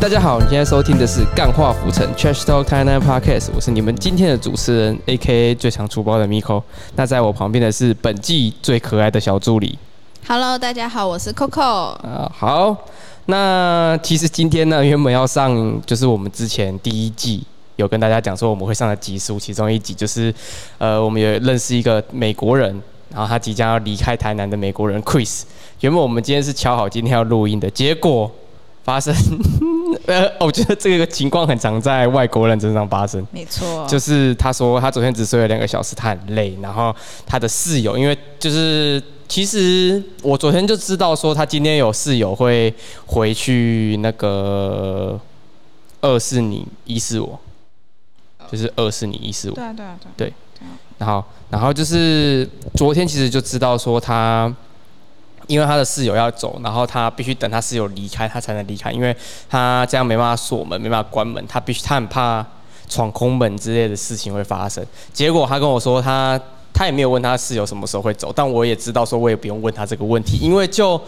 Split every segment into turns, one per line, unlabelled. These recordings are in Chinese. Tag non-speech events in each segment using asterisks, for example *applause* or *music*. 大家好，你现在收听的是《干话浮城 Trash Talk Thailand Podcast》，我是你们今天的主持人，A.K.A 最强厨包的 Miko。那在我旁边的是本季最可爱的小助理
Hello，大家好，我是 Coco。
啊、好，那其实今天呢，原本要上就是我们之前第一季有跟大家讲说我们会上的集数，其中一集就是呃，我们有认识一个美国人，然后他即将要离开台南的美国人 Chris。原本我们今天是敲好今天要录音的，结果发生， *laughs* 呃，我觉得这个情况很常在外国人身上发生。
没错，
就是他说他昨天只睡了两个小时，他很累。然后他的室友，因为就是其实我昨天就知道说他今天有室友会回去那个二是你一是我，就是二是你一是我。
对啊，对啊，对啊
对然后然后就是昨天其实就知道说他。因为他的室友要走，然后他必须等他室友离开，他才能离开，因为他这样没办法锁门，没办法关门，他必须他很怕闯空门之类的事情会发生。结果他跟我说他他也没有问他室友什么时候会走，但我也知道说我也不用问他这个问题，因为就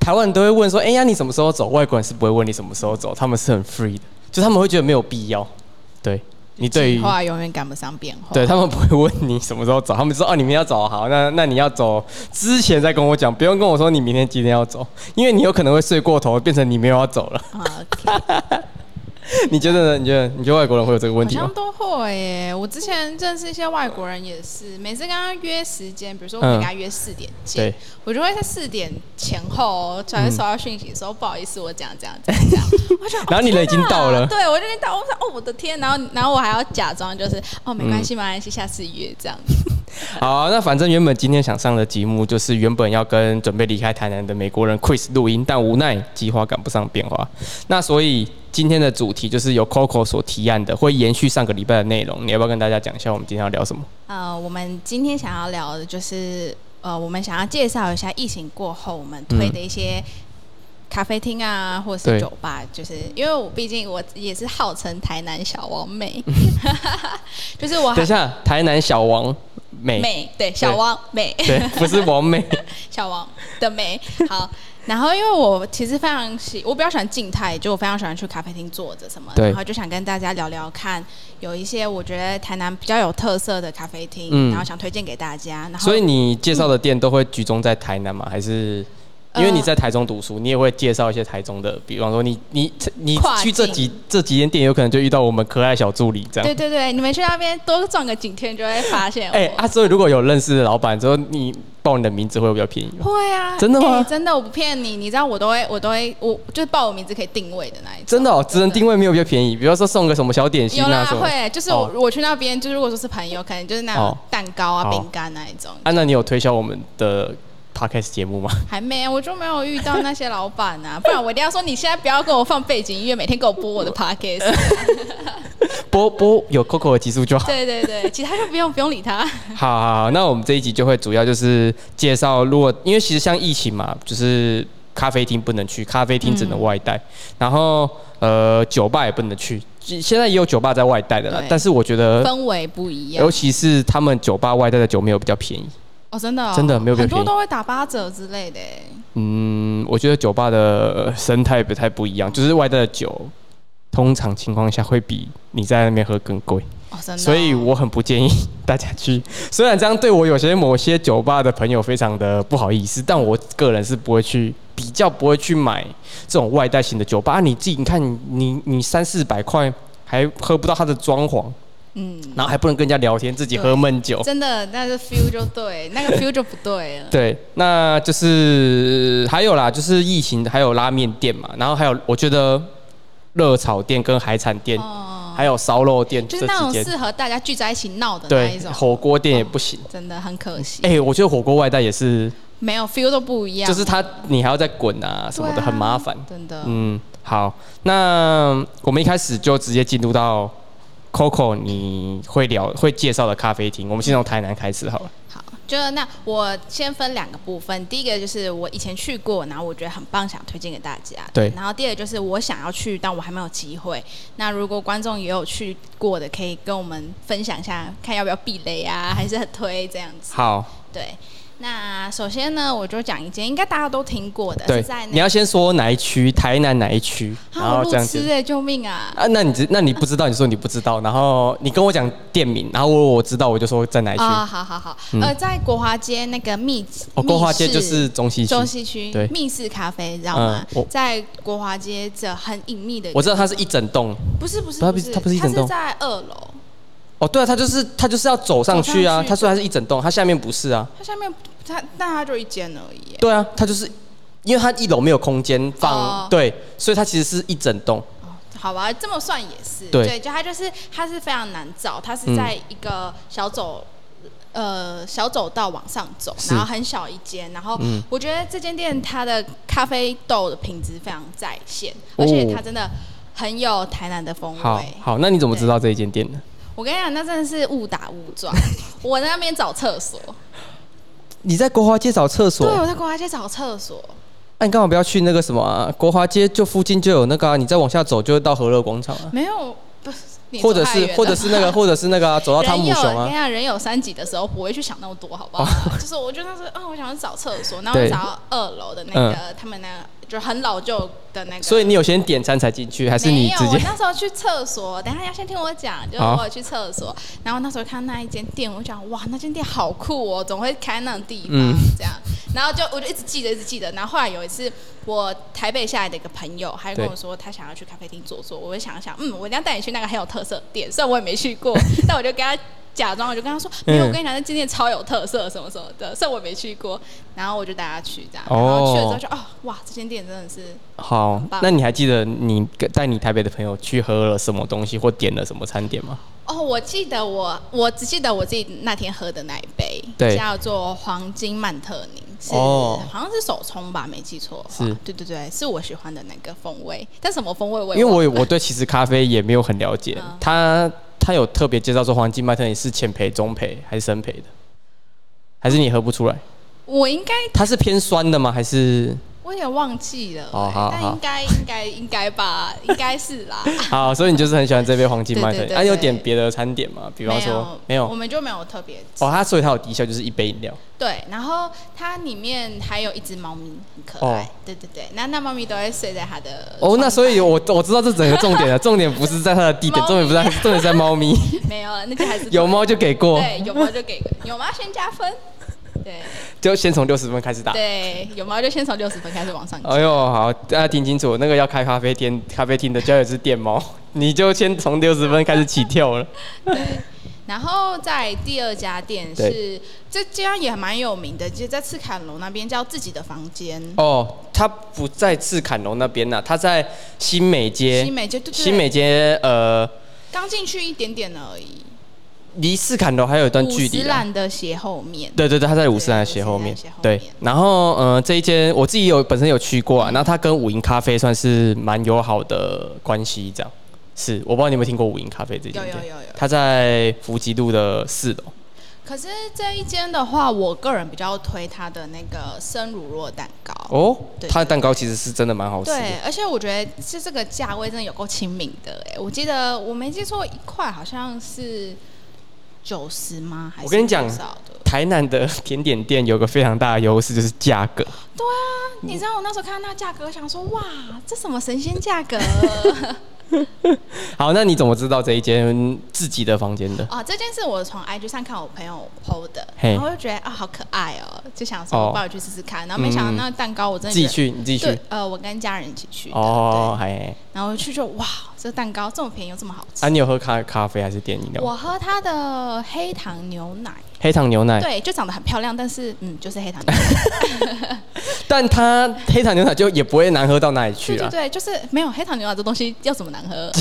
台湾人都会问说，哎、呀你什么时候走？外国人是不会问你什么时候走，他们是很 free 的，就他们会觉得没有必要。对你对
*laughs*
于
计划永远赶不上变化。
对他们不会问你什么时候走，他们说哦你们要走好，那那你要走之前再跟我讲，不用跟我说你明天几点要走，因为你有可能会睡过头，变成你没有要走了。 *laughs*
啊，OK
你觉得呢？你觉得你觉得外国人会有这个问
好
题吗
像？都会耶。我之前认识一些外国人也是，每次跟他约时间，比如说我们
嗯
跟他约四点见，
对，
我就会在四点前后才会收到讯息说、不好意思，我这样这样这样这样。
*laughs*
我就哦
然后你人已经到了
啊对我就已经到，我说哦我的天，然后然后我还要假装就是哦
嗯
没关系没关系，下次约这样子。
好，啊那反正原本今天想上的节目就是原本要跟准备离开台南的美国人 Chris 录音，但无奈计划赶不上变化。那所以今天的主题就是由 Coco 所提案的，会延续上个礼拜的内容。你要不要跟大家讲一下我们今天要聊什么？
呃，我们今天想要聊的就是，呃，我们想要介绍一下疫情过后我们推的一些咖啡厅啊，或者
嗯对
是酒吧，就是因为我毕竟我也是号称台南小王
*laughs*
妹，就是我
等一
还
下，台南小王美
妹，对，小王妹，
对，不是王美。
*laughs* 小王的美。好，然后因为我其实非常喜，我比较喜欢静态，就我非常喜欢去咖啡厅坐着什么，
对
然后就想跟大家聊聊看，有一些我觉得台南比较有特色的咖啡厅，
嗯
然后想推荐给大家，然后
所以你介绍的店都会集中在台南吗？还是
呃
因为你在台中读书，你也会介绍一些台中的，比方说你你你
跨境
去这几这几间店，有可能就遇到我们可爱小助理这
对
样。
对对，你们去那边多撞个景天，就会发现我。
*laughs* 哎、啊，所以如果有认识的老板之后，你报你的名字会比较
*laughs*
便宜吗？
会啊，
真的吗
哎真的，我不骗你，你知道我都会，我都会，我就是报我名字可以定位的那一种。
真的哦，职能定位没有比较便宜，比方说送个什么小点心
有
啊
啦，
什么。
会，就是我、我去那边，就是如果说是朋友，可能就是那
哦
种蛋糕啊、
好
饼干那一种，
啊，那你有推销我们的 podcast 节目吗？
还没，我就没有遇到那些老板啊， *laughs* 不然我一定要说你现在不要给我放背景音乐，每天给我播
*laughs*
我的 podcast。
*laughs* 播播有 Coco 的集数就好。
对对对，其他就不用不用
*laughs*
理他。
好好好，那我们这一集就会主要就是介绍，如果因为其实像疫情嘛，就是咖啡厅不能去，咖啡厅只能外带，然后呃酒吧也不能去，其现在也有酒吧在外带的啦
对，
但是我觉得。
氛围不一样
尤其是他们酒吧外带的酒没有比较便宜，
哦，真的、哦，
真的没有比较
很
便宜
多都会打八折之类的哎。
嗯，我觉得酒吧的生态不太不一样，就是外带的酒，通常情况下会比你在那边喝更贵。
哦，真的哦、
所以我很不建议大家去。虽然这样对我有些某些酒吧的朋友非常的不好意思，但我个人是不会去，比较不会去买这种外带型的酒吧。啊、你自己你看你你你三四百块还喝不到它的装潢，
嗯。
然后还不能跟人家聊天，自己喝闷酒。
真的，那个 feel 就对，
*laughs*
那个 feel 就不对了。
对，那就是还有啦，就是疫情还有拉面店嘛，然后还有我觉得热炒店跟海产店，
哦，
还有烧肉店
就
这
是那
几
种
间，
适合大家聚在一起闹的那
对
一种，
火锅店也不行。
真的很可惜，
哎、我觉得火锅外带也是，
没有 feel 都不一样，
就是它你还要再滚啊什么的，
对啊
很麻烦。
真的。
嗯，好，那我们一开始就直接进入到 Coco 你会聊会介绍的咖啡厅，我们先从台南开始好了。
好，就那我先分两个部分，第一个就是我以前去过，然后我觉得很棒，想推荐给大家。
对
然后第二个就是我想要去，但我还没有机会。那如果观众也有去过的，
*laughs*
可以跟我们分享一下，看要不要避雷啊，还是很推这样子。
好，
对，那首先呢，我就讲一间应该大家都听过的，
对
呃是在，那
你要先说哪一区，台南哪一区，然
啊，我
后
路
这样
痴
子。
哎、救命啊！
啊，那你知那你不知道，你说你不知道，然后你跟我讲店名，然后我我知道，我就说在哪一区。
啊、好好好，呃，在国华街那个密
嗯哦，国华街就是中西
密室
区，
中西区
对
密室咖啡，知道吗
嗯我？
在国华街这很隐秘的，
我知道它是一整栋。
不是不是
它
不
不是
是，
它不是一整栋
在二楼，
哦，对啊，它就是它就是要走上去
走上
啊。
去
它虽然是一整栋，它下面不是啊。
它下面它但它就一间而已耶。
对啊，它就是因为它一楼没有空间放，
哦
对，所以它其实是一整栋。
哦好吧，这么算也是
对嗯
就它就是它是非常难找，它是在一个小走。呃，小走道往上走，
是嗯
然后很小一间，然后我觉得这间店它的咖啡豆的品质非常在线，而且
哦
它真的很有台南的风
好
味。
好，那你怎么知道这一间店呢？
我跟你讲，那真的是误打误
*laughs*
撞。我在那边找厕所，
你在国华街找厕所
对，，啊我在国华街找厕所。
那、你干嘛不要去那个什么、啊、国华街？就附近就有那个、啊，你再往下走就会到和乐广场啊，
没有，不是，你
或者
走太
是
远了
或者是那个，或者是那个、啊、走到汤
人
姆
有，
熊
我跟
啊哦
你。讲，人有三级的时候不会去想那么多，好不好？ *laughs* 就是我就那时候，哦，我想要找厕所，然后我
对嗯
找到二楼的那个，他们那个就很老旧的那个。
所以你有先点餐才进去，还是
没
你
有，
直
我
接？
那时候去厕所，等一下要先听我讲，就是
好
我有去厕所，然后那时候看到那一间店，我讲哇，那间店好酷哦，总会开那种地方、
嗯
这样，然后就我就一直记得，一直记得，然后后来有一次我台北下来的一个朋友，他就跟我说他想要去咖啡厅坐坐，我就想一想，嗯，我一定要带你去那个很有特色的店，虽然我也没
*laughs*
去过，但我就跟他。假装我就跟他说，没有，
嗯
我跟你讲，那间店超有特色，什么什么的，虽然我没去过，然后我就带他去这样，然后去了之后就，哦，哇，这间店真的是
好
棒，
那你还记得你跟带你台北的朋友去喝了什么东西，或点了什么餐点吗？
哦，我记得我我只记得我自己那天喝的那一杯，
对
叫做黄金曼特宁，是、
哦
好像是手冲吧，没记错的话
是，
对对对，是我喜欢的那个风味，但什么风味我
因
也
为
忘
我
了
也我对其实咖啡也没有很了解
嗯，
他他有特别介绍说黄金麦特你是浅焙、中焙还是深焙的，还是你喝不出来？
我应该
它是偏酸的吗？还
*laughs*
是
我有点忘记了、
哦
欸
好
但
好
应该应该应该吧，应该是啦。
好，啊所以你就是很喜欢这杯黄金麦特
对对
尼。
对
那、你有
对
点别的餐点吗？ *laughs* 比方说没有
我们就没有特别吃
哦，它所以它有低效就是一杯饮料。
对，然后它里面还有一只猫咪，很可爱。
哦
对对对，那那猫咪都会睡在它的
哦，那所以
有
有我我知道这整个重
*laughs*
点了，重点不是在它的地点，
猫咪
重点不在它，重点在猫
*laughs*
咪。
没有了？啊那就还是
*laughs* 有猫就给过，
对，有猫就给，有猫先加分。对
就先从六十分开始打。
对，有猫就先从六十分开始往上加。
哎呦，好，大家听清楚，那个要开咖啡店，咖啡厅的就要有一只电猫， *laughs* 你就先从六十分开始起跳了。
然后在第二家店是
对
这家也蛮有名的，就在赤坎楼那边叫自己的房间。
*laughs* 哦，它不在赤坎楼那边呐、它在新美街。
新美街对对对
新美街呃，
刚进去一点点而已，
离赤坎楼还有一段
五
距离
十
啦。
兰的斜后面。
对对对，他在五十岚
对
斜后面
五十岚斜后。
对
面，
然后呃，这一间我自己有本身有去过啊，然后它跟五营咖啡算是蛮友好的关系，这样。是，我不知道你有没有听过五营咖啡这间
有有
店，
有有
它在福吉路的四楼。
可是这一间的话，我个人比较推它的那个生乳酪蛋糕。
哦
对，
它的蛋糕其实是真的蛮好吃
对
的。，
而且我觉得是这个价位真的有够亲民的哎，我记得我没记错，一块好像是九十吗？还是
我跟你讲嗯
多少的？
台南的甜点店有个非常大的优势就是价格，
对啊，你知道我那时候看到那价格，我想说哇，这什么神仙价格 *laughs*
好，那你怎么知道这一间自己的房间的？
哦！这件事我从 IG 上看我朋友 PO 的，
嘿
然后就觉得啊、好可爱哦，就想说
哦嗯
帮我去试试看，然后没想到那个蛋糕我真
自
的
己
觉得
去，你自己去
对。，呃，我跟家人一起去的，
哦，
对，
还
然后去就哇，这蛋糕这么便宜又这么好吃，
啊，你有喝咖咖啡还是点饮料？
我喝它的黑糖牛奶。
黑糖牛奶，
对，就长得很漂亮，但是嗯，就是黑糖牛奶。
但它黑糖牛奶就也不会难喝到哪里 *laughs* 去
对对
啊。
对，就是没有黑糖牛奶这东西要怎么难
*laughs*
喝？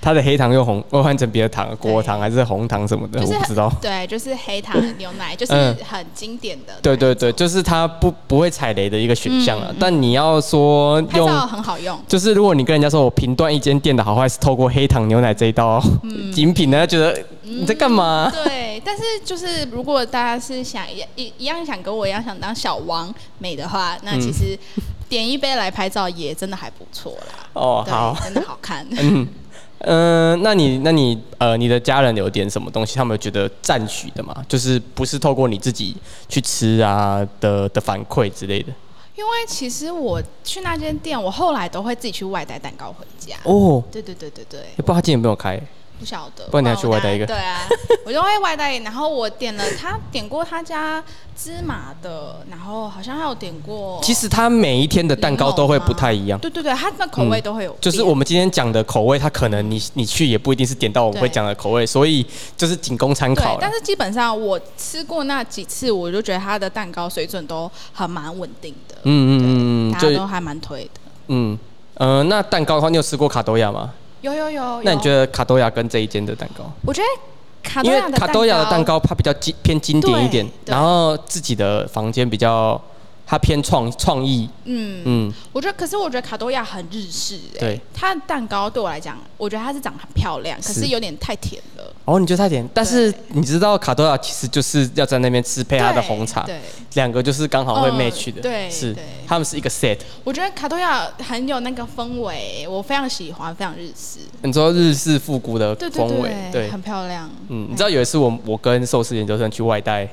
它的黑糖又红，又换成别的糖，果糖还是红糖什么的，
就是
我不知道。
对，就是黑糖牛奶，就是
嗯
很经典的那一种。
对对对，就是它不不会踩雷的一个选项啊。但你要说
嗯拍
用， *laughs*
照很好用。
就是如果你跟人家说我评断一间店的好坏是透过黑糖牛奶这一道
嗯
饮品呢，他觉得你在干嘛？
对，但是就是如果大家是想一一一样想跟我一样想当小王美的话，那其实
嗯
点一杯来拍照也真的还不错啦。
哦，
对
好，
真的好看。
*laughs* 嗯，嗯、那你那你呃，你的家人有点什么东西，他们有觉得赞许的吗？就是不是透过你自己去吃啊的的反馈之类的？
因为其实我去那间店，我后来都会自己去外带蛋糕回家。
哦，
对对对对对，
也不知道他今天有没有开。
不晓得，
不然你还去外带一个
对啊， *laughs* 我就会外带。然后我点了他点过他家芝麻的，然后好像还有点过，
其实他每一天的蛋糕都会不太一样。嗯
对对对，他那口味都会有变、
就是我们今天讲的口味，它可能你你去也不一定是点到我们会
对
讲的口味，所以就是仅供参
对
考，了
但。是基本上我吃过那几次，我就觉得他的蛋糕水准都很蛮稳定的，
嗯嗯嗯嗯，
大家
就
都还蛮推的。
嗯呃，那蛋糕的话，你有吃过卡多亚吗？
有有有有，
那你觉得卡多亚跟这一间的蛋糕？
我觉得卡
因
多
为
亚的
卡多亚的蛋糕它比较经偏经典一点，
对对
然后自己的房间比较它偏创创意，
嗯，
嗯，
我觉得，可是我觉得卡多亚很日式、欸，
对，
它的蛋糕对我来讲，我觉得它是长得很漂亮，可
是
是有点太甜了。
哦，你觉得太甜，但是你知道卡多亚其实就是要在那边吃配它的
对
红茶，
对，
两个就是刚好会
嗯
match 的，
对
是
对，
他们是一个 set。
我觉得卡多亚很有那个氛围，我非常喜欢，非常日式，
你说日式复古的
对
氛
对
围，
对，
对，
很漂亮。
嗯，你知道有一次我我跟寿司研究生去外带，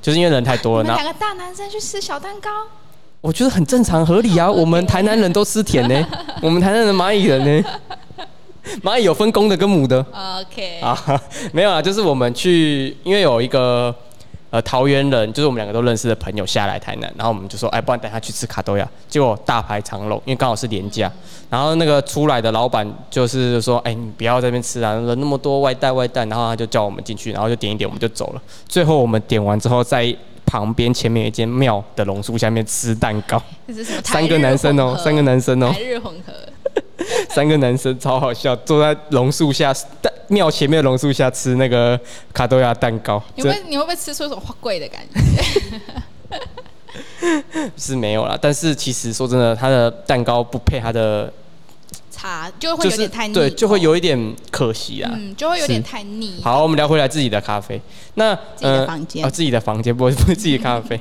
就是因为人太
*laughs* 你
多
们
了，然
两
后
个大男生去吃小蛋糕，
我觉得很正常合理啊，我们台南人都吃甜呢、我们台南人蚂蚁人呢、蚂蚁有分公的跟母的
OK，
啊，没有啊，就是我们去，因为有一个呃桃园人，就是我们两个都认识的朋友下来台南，然后我们就说，哎，不然带他去吃卡多亚，结果大排长龙，因为刚好是廉价，然后那个出来的老板就是说，哎，你不要在那边吃啊，人那么多，外带外带，然后他就叫我们进去，然后就点一点，我们就走了。最后我们点完之后，在旁边前面有一间庙的榕树下面吃蛋糕，
这是什么？
三个男生哦，三个男生哦，
台日混合，
三个男生超好笑，坐在榕树下，但庙前面的榕树下吃那个卡多亚蛋糕，
你
这
会你会不会吃出一种花贵的感觉？
是没有啦。但是其实说真的，它的蛋糕不配它的，
茶就会
就
有
是
点太腻，哦
对，就会，有一点可惜啊。
嗯，就会有点
是
太腻。
好，我们聊回来自己的咖啡。那
自己的房间
呃哦，自己的房间不 *laughs* 是不是自己的咖啡。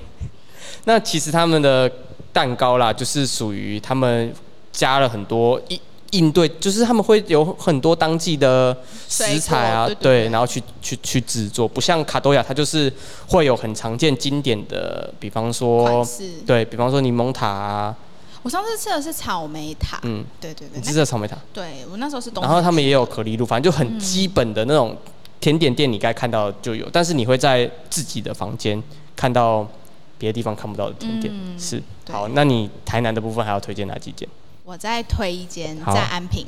那其实他们的蛋糕啦，就是属于他们加了很多应应对，就是他们会有很多当季的食材啊，
水果对对对
然后去去去制作，不像卡多亚，它就是会有很常见经典的，比方说
款，式，
对比方说柠檬塔啊，
我上次吃的是草莓塔，
嗯，
对对对，
你
那
吃的草莓塔，
嗯对啊我那时候是冬天
然后他们也有可丽露，反正就很基本的那种甜点店，你该看到的就有，但是你会在自己的房间看到别的地方看不到的甜点。
嗯
是，
对
好，那你台南的部分还要推荐哪几间？
我再推一间
好
在安平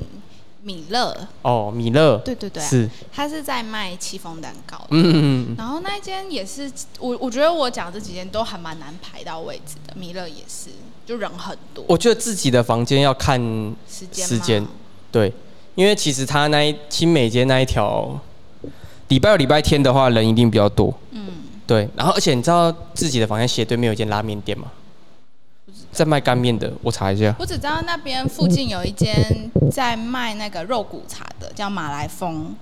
米乐，
哦，米勒，
对对对啊、
是，
他是在卖戚风蛋糕的。
嗯嗯嗯，
然后那一间也是，我我觉得我讲这几间都还蛮难排到位置的，米乐也是，就人很多，
我觉得自己的房间要看
时间
时
吗
间对，因为其实他那一青美街那一条，礼拜六礼拜天的话人一定比较多，
嗯，
对，然后而且你知道自己的房间斜对面有一间拉面店吗？在卖干面的，我查一下。
我只知道那边附近有一间在卖那个肉骨茶的，叫马来风，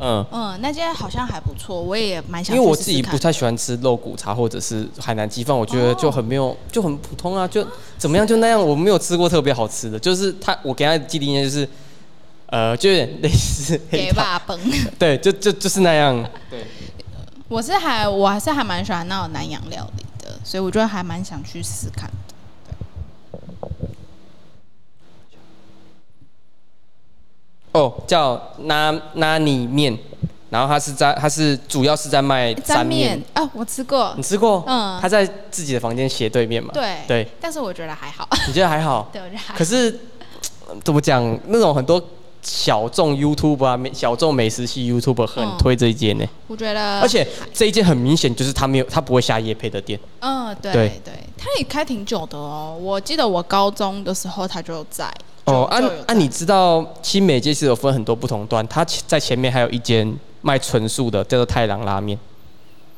嗯，
嗯，那间好像还不错，我也蛮
因
想
为
去
我
试
自
试
己
看哦
不太喜欢吃肉骨茶或者是海南鸡饭，我觉得就很没有，就很普通啊，就怎么样就那样。我没有吃过特别好吃的，就是它，我给它的既定印象就是，呃，就有点类似黑
*laughs* 给
吧，
吧崩。
对，就就就是那样。
我是还我还是还蛮喜欢那种南洋料理的，所以我觉得还蛮想去试试看的。
哦，叫拉拉你面，然后它是在它是主要是在卖
沾
沾面
面，啊，我吃过
你，吃过？
嗯
它在自己的房间斜对面嘛。
对
对，
但是我觉得还好，
你觉得还好？
*laughs* 对我觉得还好
可。是怎么讲？那种很多小众 YouTube 啊，美小众美食系 YouTube 很
嗯呃
推这一间呢、
我觉得，
而且这一间很明显就是他没有，他不会下夜配的店。
嗯，对
对
对他也开挺久的哦。我记得我高中的时候他就在。
哦，
就
按
就有
按、
在
你知道新美街其实有分很多不同端，它其在前面还有一间卖纯素的，叫做太郎拉面。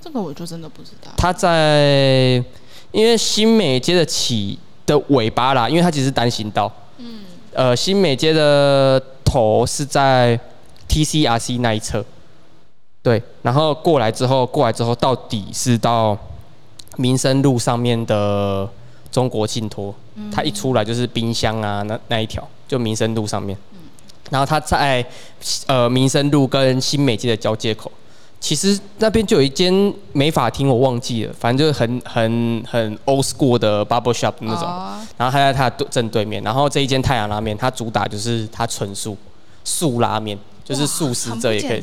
这个我就真的不知道。
它在因为新美街的起的尾巴啦，因为它其实是单行道。
嗯，
呃，新美街的头是在 TCRC 那一侧，对，然后过来之后，过来之后到底是到民生路上面的
嗯
中国信托，它一出来就是冰箱啊，那那一条就民生路上面，然后它在呃民生路跟新美街的交界口。其实那边就有一间美发厅，我忘记了，反正就是很很很 old school 的 barber shop 那种。
哦
然后它在它的对正对面，然后这一间太阳拉面，它主打就是它纯素素拉面，就是素食者也可以。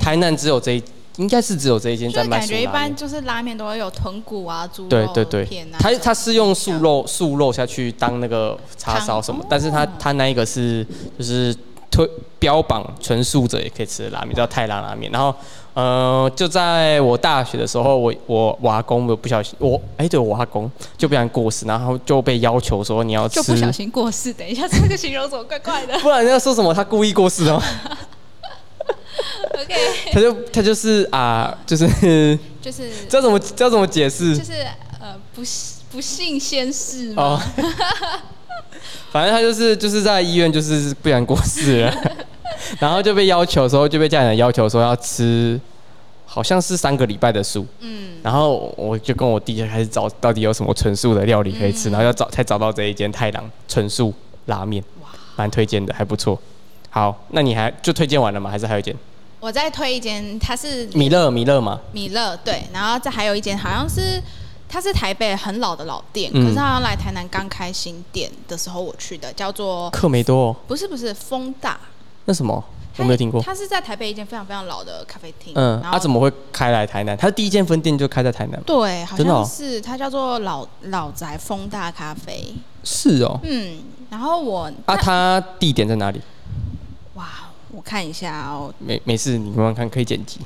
台南只有这一，应该是只有这一间
欸就
在
是
卖
感
素
觉一
拉
般
面。
就是拉面都会有豚骨啊、猪
对
肉
对对
片啊，，
它它是用素肉素肉下去当那个叉烧什么
汤，
但是它
哦
它那一个是就是推标榜纯素者也可以吃的拉面，叫太郎拉面。然后呃，就在我大学的时候，我我我阿公我不小心我哎、对我阿公就不小心过世，然后就被要求说你要吃
就不小心过世。等一下，这个形容怎么怪怪
*laughs*
的
不然要说什么他故意过世的吗？
*laughs*
*laughs*
？OK，
他就他就是啊，就是 *laughs* 知
就是
道怎么知道怎么解释
就是呃，不幸不幸先逝嘛。
哦。 *laughs* 反正他就是就是在医院就是不然过世
*laughs*
了，然后就被要求说就被家人要求说要吃，好像是三个礼拜的素。
嗯，
然后我就跟我弟就开始找到底有什么纯素的料理可以
嗯
吃，然后要找才找到这一间太郎纯素拉面，蛮推荐的，还不错。好，那你还就推荐完了吗？还是还有一间
我再推一间，它是
米勒米勒嘛？
米勒对，然后再还有一间好像是它是台北很老的老店，
嗯
可是它好像来台南刚开新店的时候我去的，叫做
克梅多、哦、
不是不是风大，
那什么我没有听过。
它是在台北一间非常非常老的咖啡厅，
嗯，
然
他、
后
怎么会开来台南？他第一间分店就开在台南吗？
对，好
真的哦
像是它叫做老老宅风大咖啡，
是哦。
嗯，然后我
啊，他地点在哪里？
哇，我看一下哦，
没没事，你慢慢看，可以剪辑。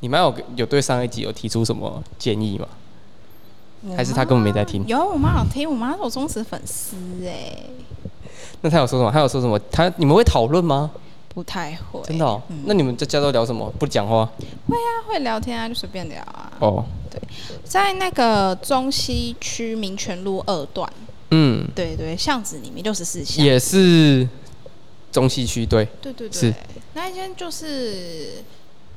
你们有有对上一集有提出什么建议吗？
我
还是
妈
他根本没在听
有我妈有听，我妈是我忠实粉丝哎、
那他有说什么？他有说什么？他你们会讨论吗？
不太会，
真的、哦？那你们在家都聊什么？不讲话
会啊，会聊天啊，就随便聊啊。
哦。
在那个中西区民权路二段，
嗯，
对对，巷子里面六十四巷，
也是中西区对。
对对对
是，
那一间就是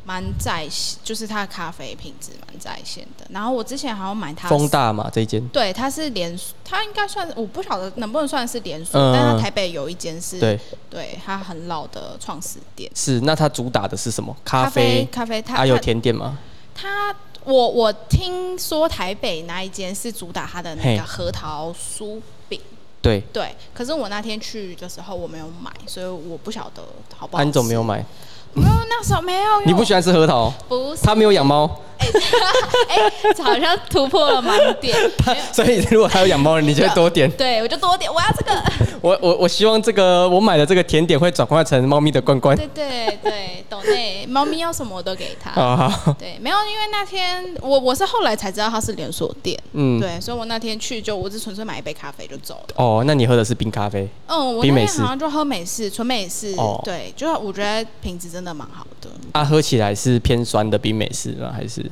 蛮在线，就是它的咖啡品质蛮在线的。然后我之前好像买它的
风，大嘛这一间。
对，它是连锁，它应该算我不晓得能不能算是连锁，
嗯
但它台北有一间是，
对，
对，它很老的创始店，
是。那他主打的是什么？咖
啡
啡。
咖啡，它
啊，有
它
甜点吗？
它我我听说台北那一间是主打它的那
嘿
个核桃酥饼。
对，
对，可是我那天去的时候我没有买，所以我不晓得好不好吃。
安、你总没有买。
没有，哦那时候没有。因为
你不
我
喜欢吃核桃哦？
不是
他没有养猫，
哎、好像突破了盲点。
他 *laughs* 所以如果他有养猫，你就会多点。
*laughs* 对，我啊就多点，我要这 *laughs* 个。
我我我希望这个我买的这个甜点会转化成猫咪的罐罐。
对对对，懂内猫咪要什么我都给它。
*laughs* 啊，好
对，没有，因为那天我我是后来才知道它是连锁店，
嗯，
对，所以我那天去就我只纯粹买一杯咖啡就走了。
哦，那你喝的是冰咖啡，
嗯，我
冰
那
美
天
式
好像就喝美式，纯美式，
哦
对，就是我觉得品质真的蛮好的。
啊，喝起来是偏酸的冰美式吗？还是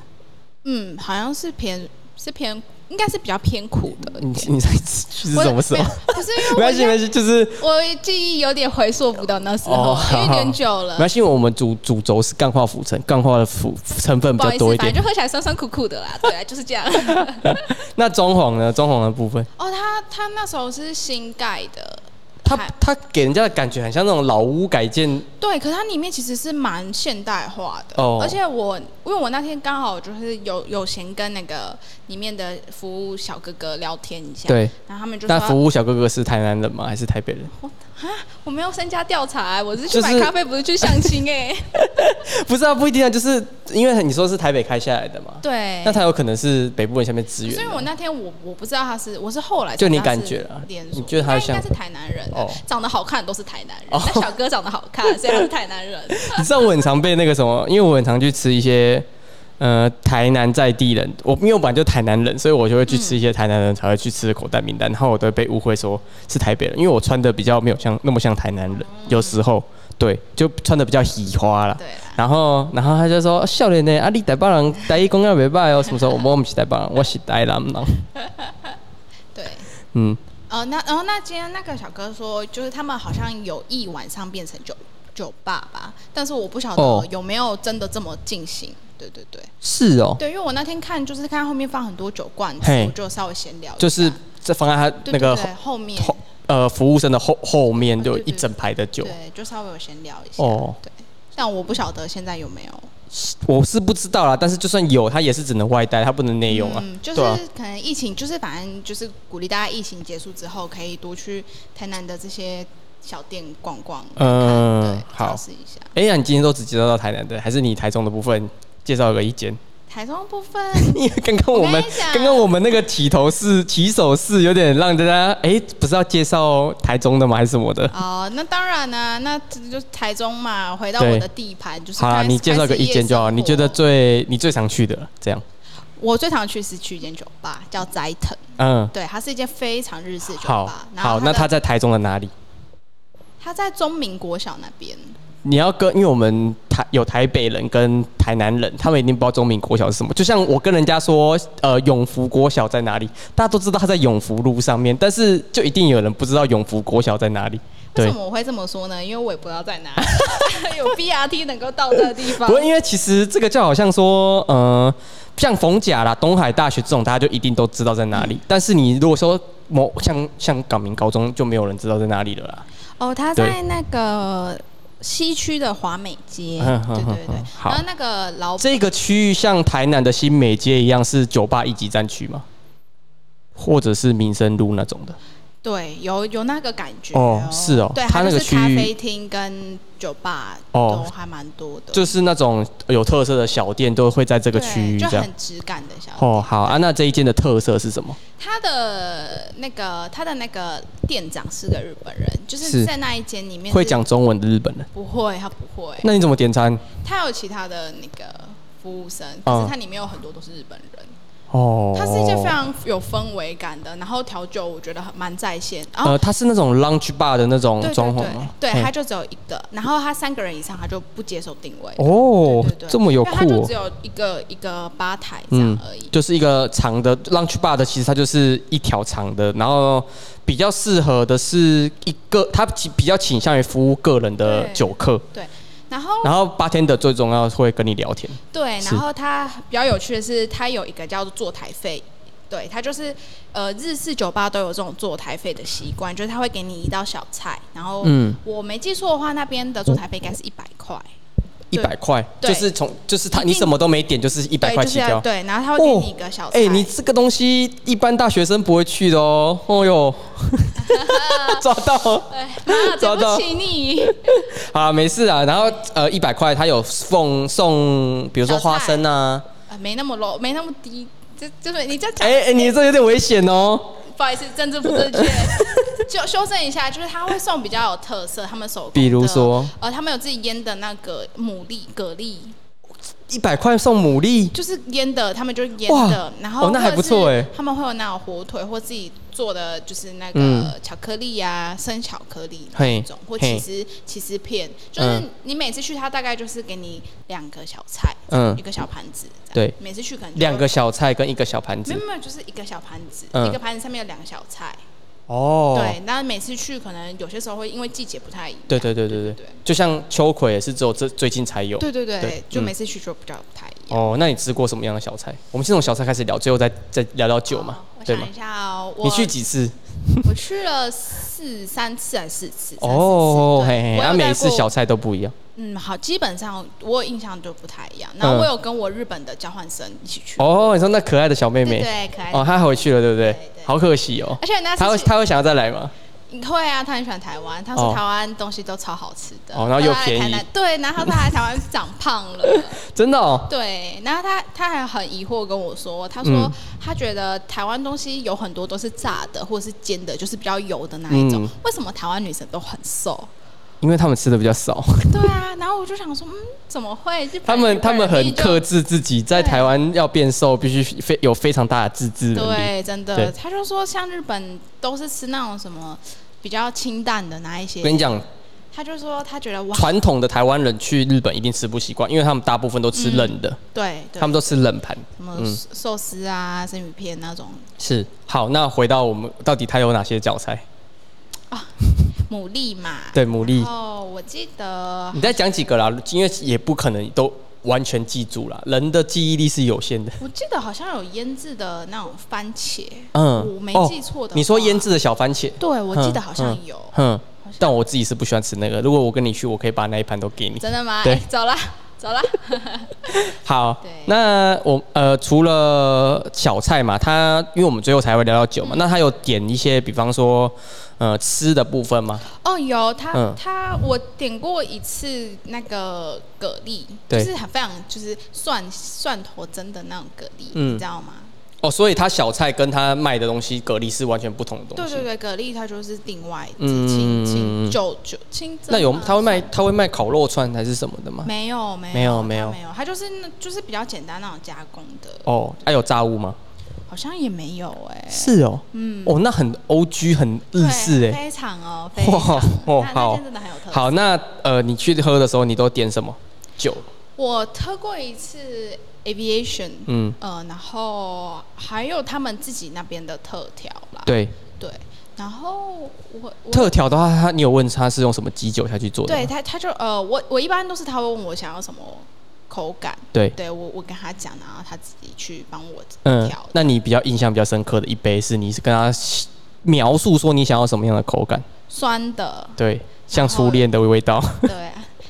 嗯，好像是偏是偏，应该是比较偏苦的。
你你在吃是
嗯我
什么时
没
候
有？不是因
*laughs*
为
没
我
关系，
现
没
在
关系，就是
我记忆有点回溯不到那时候，
哦
因为有
好
点久了
没。关系。我们主主轴是干化浮成，干化的浮成分
不
比
好
较
意
多
思，
一
反
点
正。就喝起来酸酸苦苦的啦，对啊，就
*laughs*
是这样。
那中黄呢？中黄的
*laughs*
部分，
哦，他他那时候是新盖的，
它
还
它给人家的感觉很像那种老屋改建，
对，可是它里面其实是蛮现代化的，
哦
而且我因为我那天刚好就是有有闲跟那个里面的服务小哥哥聊天一下，，
对。
然后他们就
那
说
服务小哥哥是台南人吗？还是台北人？ *laughs*
我没有身家调查、啊我是去
就
买
是
咖啡，不是去相亲哎、
不是啊，不一定啊，就是因为你说是台北开下来的嘛，
对，
那他有可能是北部人下面支
可
援
是因为我
的。
那天我我不知道他是，我是后来才
就你
知道
感
是
觉啦
连
你
锁，
觉得他
但应
像
该是台南人的
哦
长得好看都是台南人，
哦
那小哥长得好
*laughs*
看，所以他是台南人。
*laughs* 你知道我很常被那个什么，因为我很常去吃一些呃台南在地人，我因为我本来就台南人，所以我就会去吃
嗯
一些台南人才会去吃的口袋名单，然后我都会被误会说是台北人，因为我穿的比较没有像那么像台南人，有时候对就穿的比较喜花啦。
对啦，
然后，然后他就说：“笑脸呢？啊，你台北人台语讲啊袂歹哦。”什么时候我我不是台北人，我是台南人。
对。
嗯，
呃，那然后那今天那个小哥说，就是他们好像有意晚上变成酒酒吧吧，但是我不晓
哦
得有没有真的这么进行。对对对
是哦，
对，因为我那天看就是看后面放很多酒罐子
嘿，
我就稍微闲聊一下，
就是这放在他
对
那个
对对后面
后呃服务生的后后面就有
对
一
对
整排的酒。
对，就稍微有闲聊一下。
哦
对，但我不晓得现在有没有。
我是不知道啦，但是就算有，它也是只能外带，它不能内用啊。
嗯，就是
对啊
可能疫情，就是反正就是鼓励大家疫情结束之后，可以多去台南的这些小店逛逛，
嗯
对
好
尝试一下。
哎、那你今天都只介绍到台南的，还是你台中的部分 *laughs* 介绍个一间？
台中部分，
因为刚刚我
我
们
跟你讲
刚刚我们那个起头是起手式，有点让大家哎、不是要介绍台中的吗？还是什么的？
哦，那当然啦、那这就台中嘛，回到
对
我的地盘，就是
好啦，
开始
你介绍个一间就好。
开始夜生活
你觉得最你最常去的这样？
我最常去是去一间酒吧，叫斋藤，
嗯，
对，它是一间非常日式酒
好
吧。然后
好，那
它
他
的
在台中的哪里？
它在中民国小那边，
你要跟，因为我们台有台北人跟台南人，他们一定不知道中民国小是什么。就像我跟人家说，呃，永福国小在哪里，大家都知道它在永福路上面，但是就一定有人不知道永福国小在哪里。
为
对
什，么我会这么说呢？因为我也不知道在哪里 *laughs* 有 BRT 能够到的地方
不。过因为其实这个就好像说，呃，像逢甲啦、东海大学这种，大家就一定都知道在哪
嗯
里。但是你如果说某像像港民高中，就没有人知道在哪里了啦。
哦，它在那个西区的华美街，
嗯嗯
对对
嗯
对
嗯。好
然后那个老
这个区域像台南的新美街一样是酒吧一级战区吗？或者是民生路那种的？
对有有那个感觉
哦是哦
对，
它
它
那
就
个
是
区域
咖啡厅跟酒吧
哦
都还蛮多的，
就是那种有特色的小店都会在这个区域
对就
这样。
很质感的小
哦，好啊，那这一间的特色是什么？
他的那个他的那个店长是个日本人，就是是在那一间里面
会
是
讲中文的日本人，
不会，他不会，
那你怎么点餐？
他有其他的那个服务生，可是他里面有很多都是日本人。
嗯哦，
它是一间非常有氛围感的，然后调酒我觉得很蛮在线，然后
呃，它是那种 lounge bar 的那种
对
哦装
对
潢
对
吗？，
对，
嘿
它就只有一个，然后它三个人以上它就不接受定位，
哦
对对，对，
这么有
因为它
酷
就
哦嗯
只。有一个一个吧台这样而已，
就是一个长的 lunch bar 的，其实它就是一条长的，然后比较适合的是一个，它其比较倾向于服务个人的
对
酒客，
然后
然后 bartender 最重要会跟你聊天，
对，
是
然后它比较有趣的是，它有一个叫做坐台费。对，它就是呃，日式酒吧都有这种坐台费的习惯，就是他会给你一道小菜，然后、
嗯
我没记错的话，那边的坐台费应该是一百块，
一百块，
对
就是从就是他
一
你
定
什么都没点，就是一百
对，
块
就
起
是
跳
要。对，然后他会给你一个小菜，
哎、你这个东西一般大学生不会去的哦。哦
*laughs*
哟，抓到了！
啊，
找
对
到
不起你。
好啦，没事啊。然后呃，一百块它有送送，比如说
小菜
花生啊。
啊，没那么 low，没那么低，就就是你这讲，
哎、哎、你这有点危险哦。
不好意思，政治不正确， *laughs* 就修正一下，就是他会送比较有特色，他们手工的，
比如说
呃，他们有自己腌的那个牡蛎、蛤蜊，
一百块送牡蛎，
就是腌的，他们就腌
哇
的，然后
哦那还
或者
不错
是
哎
他们会有那种火腿或自己做的，就是那
嗯
个巧克力啊，生巧克力那
嘿
一种，或
嘿
起司起司片，就是
嗯
你每次去，他大概就是给你两个小菜，
嗯
一个小盘子，这样
对，
每次去可能就
两个小菜跟一个小盘
没
子
有。没有，就是一个小盘子，
嗯
一个盘子上面有两个小菜。
哦，
对，那每次去可能有些时候会因为季节不太一样。
对对对对对
对
就像秋葵也是只有这最近才有。
对对对
对
就
嗯
每次去就比较不太一样。
哦，那你吃过什么样的小菜？我们先从小菜开始聊，最后再再聊到酒嘛
哦，我
对吗
想一？下哦，我
你去几次？
我去了四三次还是四次？
哦，
三
嘿
四次对
嘿，
我
啊，
有
每
带
一次
过
小菜都不一样。
嗯，好，基本上我有印象就不太一样。然后我有跟我日本的交换生一起去，
嗯哦，你说那可爱的小妹
对
妹，
对，可爱的。
哦，她回去了，对不对
对？对
好可惜哦
而。且那次
她会
去
她会想要再来吗？
会啊，他很喜欢台湾，他
哦
说台湾东西都超好吃的，
哦然后又
他来
便
台
宜
南，对，然后他来台湾长胖了。
真的哦，
对，然后他他还很疑惑跟我说，他说
嗯
他觉得台湾东西有很多都是炸的或者是煎的，就是比较油的那一种，
嗯
为什么台湾女生都很
*laughs*
瘦？
因为他们吃的比较
*laughs*
少，
对啊，然后我就想说，嗯，怎么会？日本
他们他们很克。制自己，在
对
台湾要变瘦，必须非有非常大的自制
日本人
能力。
对，真
对
的，他就说像日本都是吃那种什么比较清淡的那一
我跟
些，
你讲，
他就说他觉得哇，
嗯传统的台湾人去日本一定吃不习惯，因为他们大部分都吃冷的，
对，嗯对
他们都嗯吃冷盘。
什么寿司啊、生鱼片那种
是，好，那回到我们到底它有哪些脚菜？
牡蛎嘛。
对，牡蛎，
哦，我记得
你再讲几个啦，因为也不可能都完全记住了，人的记忆力是有限的。
我记得好像有腌制的那种番茄，
嗯
我没
哦
记错的、
你说腌？制的小番茄，
对，我记得好像
嗯
有。
哼
像，
但我自己是不喜欢吃那个。如果我跟你去，我可以把那一盘都给你。
真的吗？
嗯对
哎走啦，走
*laughs*
啦。
好
对，
那我呃，除了小菜嘛，它因为我们最后才会聊到酒
嗯
嘛，那它有点一些，比方说呃吃的部分吗？
哦，有他、
嗯
他，我点过一次那个蛤蜊，就
对
是很非常就是蒜蒜头蒸的那种蛤蜊，
嗯
你知道吗？
哦，所以它小菜跟它卖的东西蛤蜊是完全不同的东
对
西。
对对，蛤蜊它就是另外
嗯
清清九九清蒸吗。
那有它会卖它会卖烤肉串还是什么的吗？
没有没有
没有没
它没
有
有，它就是那就是比较简单那种加工的，
哦，它有炸物吗？
好像也没有哎、
是哦，嗯，哦，那很 O G 很日
对
式哎。
非常
*laughs*
哦，非常
哇哦
那那
好
间真的很有特色。
好，那呃，你去喝的时候你都点什么酒？
我喝过一次 aviation，
嗯，
呃，然后还有他们自己那边的特调啦，
对，
对，然后我我
特调的话，它你有问它是用什么基酒下去做的
对
吗？
他他就呃，我我一般都是他会问我想要什么口感，
对
对我我跟他讲，然后他自己去帮我
嗯
调，。
那你比较印象比较深刻的一杯是你是跟他描述说你想要什么样的口感？*laughs*
酸的，
对，像初恋的味道。
对。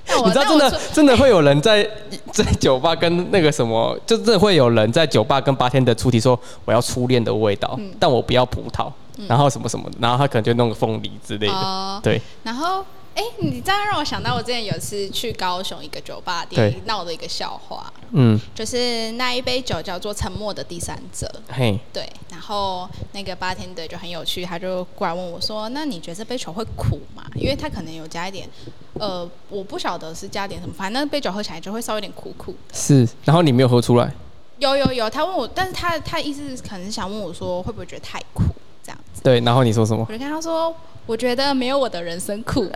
但我
你知道
但
真
我
的
说
真的会有人在 *laughs* 在酒吧跟那个什么，就真的会有人在酒吧跟八天的出题说我要初恋的味道，
嗯
但我不要葡萄，然后什么什么的，然后他可能就弄个凤梨之类的。
哦
对，
然后，哎、你这样让我想到，我之前有一次去高雄一个酒吧
对
店闹的一个笑话，
嗯，
就是那一杯酒叫做《沉默的第三者》。
嘿，
对，然后那个八天的就很有趣，他就过来问我说：“那你觉得这杯酒会苦吗？因为他可能有加一点，呃，我不晓得是加点什么，反正那杯酒喝起来就会稍微有点苦苦的。
是，然后你没有喝出来，
有有有，他问我，但是他他意思是可能是想问我说会不会觉得太苦这样子，
对，然后你说什么
我？就跟他说，我觉得没有我的人生苦。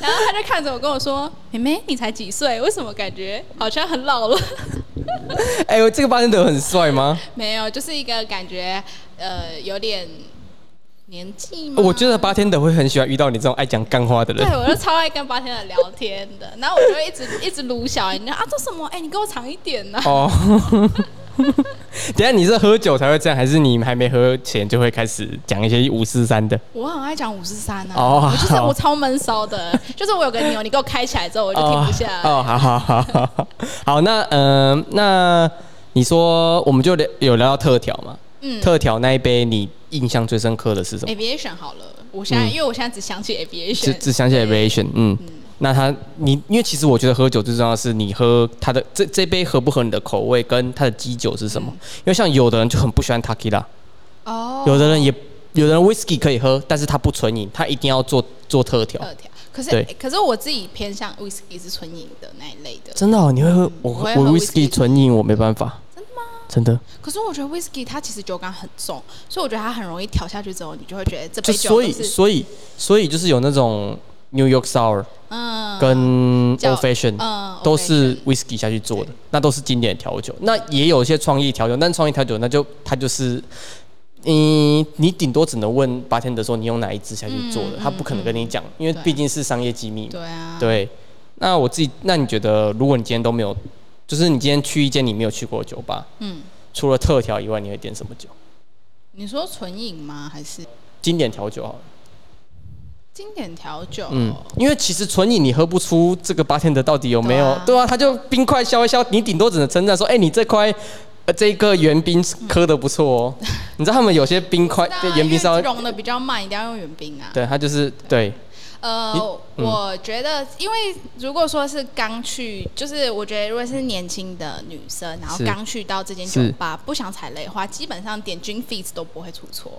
然后他就看着我跟我说：“妹妹，你才几岁？为什么感觉好像很老了？”
*laughs* 哎呦，这个八天的很帅吗？
没有，就是一个感觉，呃，有点年纪吗？
哦我觉得八天的会很喜欢遇到你这种爱讲干话的
嗯对
人。，
我就超爱跟八天的聊天的，然后我就会一直 *laughs* 一直撸小人，你知道啊，这什么？哎、你给我长一点呢、
哦， *laughs* 等一下你是喝酒才会这样，还是你还没喝前就会开始讲一些五四三的？
我很爱讲五十三啊，
哦
我就是
好
我超闷
*laughs*
骚的，就是我有个钮，你给我开起来之后，我就停不下来。
哦，哦好好好好好，好那嗯、呃那你说我们就聊有聊到特调嘛？
嗯
特调那一杯你印象最深刻的是什么？
aviation 好了，我现在、
嗯
因为我现在只想起
只
aviation，
只想起来 variation，嗯。那他，你因为其实我觉得喝酒最重要的是你喝它的这这杯合不合你的口味，跟它的基酒是什
嗯
么。因为像有的人就很不喜欢 t a k i l a
哦，
有的人也有的人 whisky 可以喝，但是他不纯饮，他一定要做做特调。
特调，可是、
对
可是我自己偏向 whisky 是纯饮的那一类的，
真的、哦，你会喝我
我会喝
我 whisky
whisky
纯饮我没办法。真的吗？真的。
可是我觉得 whisky 它其实酒感很重，所以我觉得它很容易调下去之后，你就会觉得这
就
杯酒
所以
都是
所以所以就是有那种 New York Sour
嗯
跟
叫
Old Fashion
嗯
都是 whisky 下去做的，那都是经典调酒。那也有一些创意调酒，但创意调酒那就它就是。嗯，你顶多只能问 bartender 说你用哪一支下去做的，
嗯
他不可能跟你讲，因为
对
毕竟是商业机密
old fashion
嘛。
对啊，
对，那我自己，那你觉得，如果你今天都没有，就是你今天去一间你没有去过的酒吧，
嗯，
除了特调以外，你会点什么酒？
你说纯饮吗？还是
经典调酒好了。
经典调酒？
嗯，因为其实纯饮你喝不出这个八天的到底有没有，对
对
啊，他就冰块削一削，你顶多只能称赞说，哎、你这块呃这个圆冰磕的不错
*laughs*
哦。你知道他们有些冰块
那
对圆冰稍
啊因为
微，
融的比较慢，一定要用圆冰啊。
对，它就是对，
呃
你，嗯
我觉得，因为如果说是刚去，就是我觉得如果是年轻的女生，然后
是
刚去到这间
是
酒吧，不想踩雷的话，基本上点 gin fizz 都不会出错。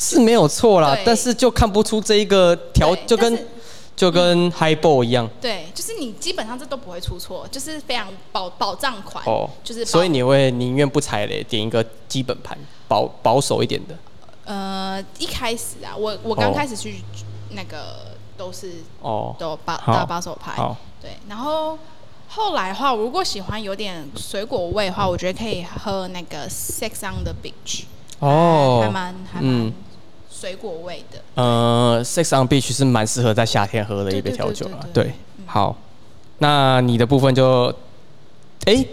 是没有错啦
对，
但是就看不出这一个调
对
就跟
但是嗯
就跟 high ball 一样
对，就是你基本上这都不会出错，就是非常保保障款，
哦，
哎就是保
所以你会宁愿不踩雷，点一个基本盘保保守一点的
呃一开始啊，我我刚开始去那个都是
哦。
都八
好
大把手牌，
好，
对，然后后来的话，我如果喜欢有点水果味的
嗯
话，我觉得可以喝那个 Sex on the Beach，
哦
哎还还蛮还蛮
嗯
水果味的，
呃，Sex on Beach 是蛮适合在夏天喝的一杯
对对
调
对嗯
酒
对
了。
对
对，好，那你的部分就，哎、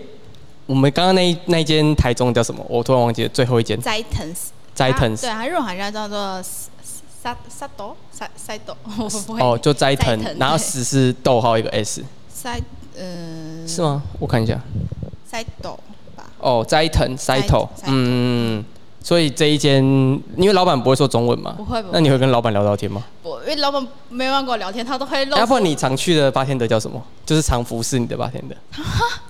我们刚刚那一那一间台中叫什么？我突然忘记了最后一间
斋藤寺，
斋藤
啊对，
寺
它日文好像叫做萨萨斗萨塞斗， *laughs* 我不会
哦，就斋藤
斋，藤
然后
对嗯
死是逗号一个 s，
塞呃
是吗？我看一下，
塞斗吧，
哦，斋藤塞头，
斋藤
嗯，所以这一间，因为老板不会说中文嘛
不，会不
那
会，
你会跟老板聊聊天吗？
我因为老板没办法跟我聊天，他都会露
要
出
哎不然你常去的八天的叫什么？就是常服侍你的八天的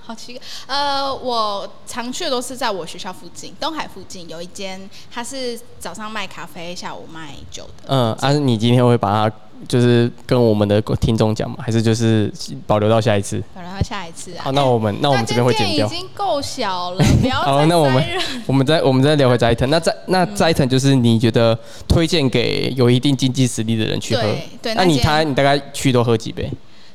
好奇怪。呃，我常去的都是在我学校附近，东海附近有一间，它是早上卖咖啡，下午卖酒的。
嗯，啊，你今天会把它就是跟我们的听众讲吗？还是就是保留到下一次？
然后下一次啊，
好，那我们那我们这边会剪
那间
掉
店已。经够小了，不要
*laughs* 好
再
那我们
塞人
我们再我们再聊回斋藤。那斋那斋藤就是你觉得推荐给有一定经济实力的人去喝
对。对
那
那
你
间
他你大概去都喝几杯？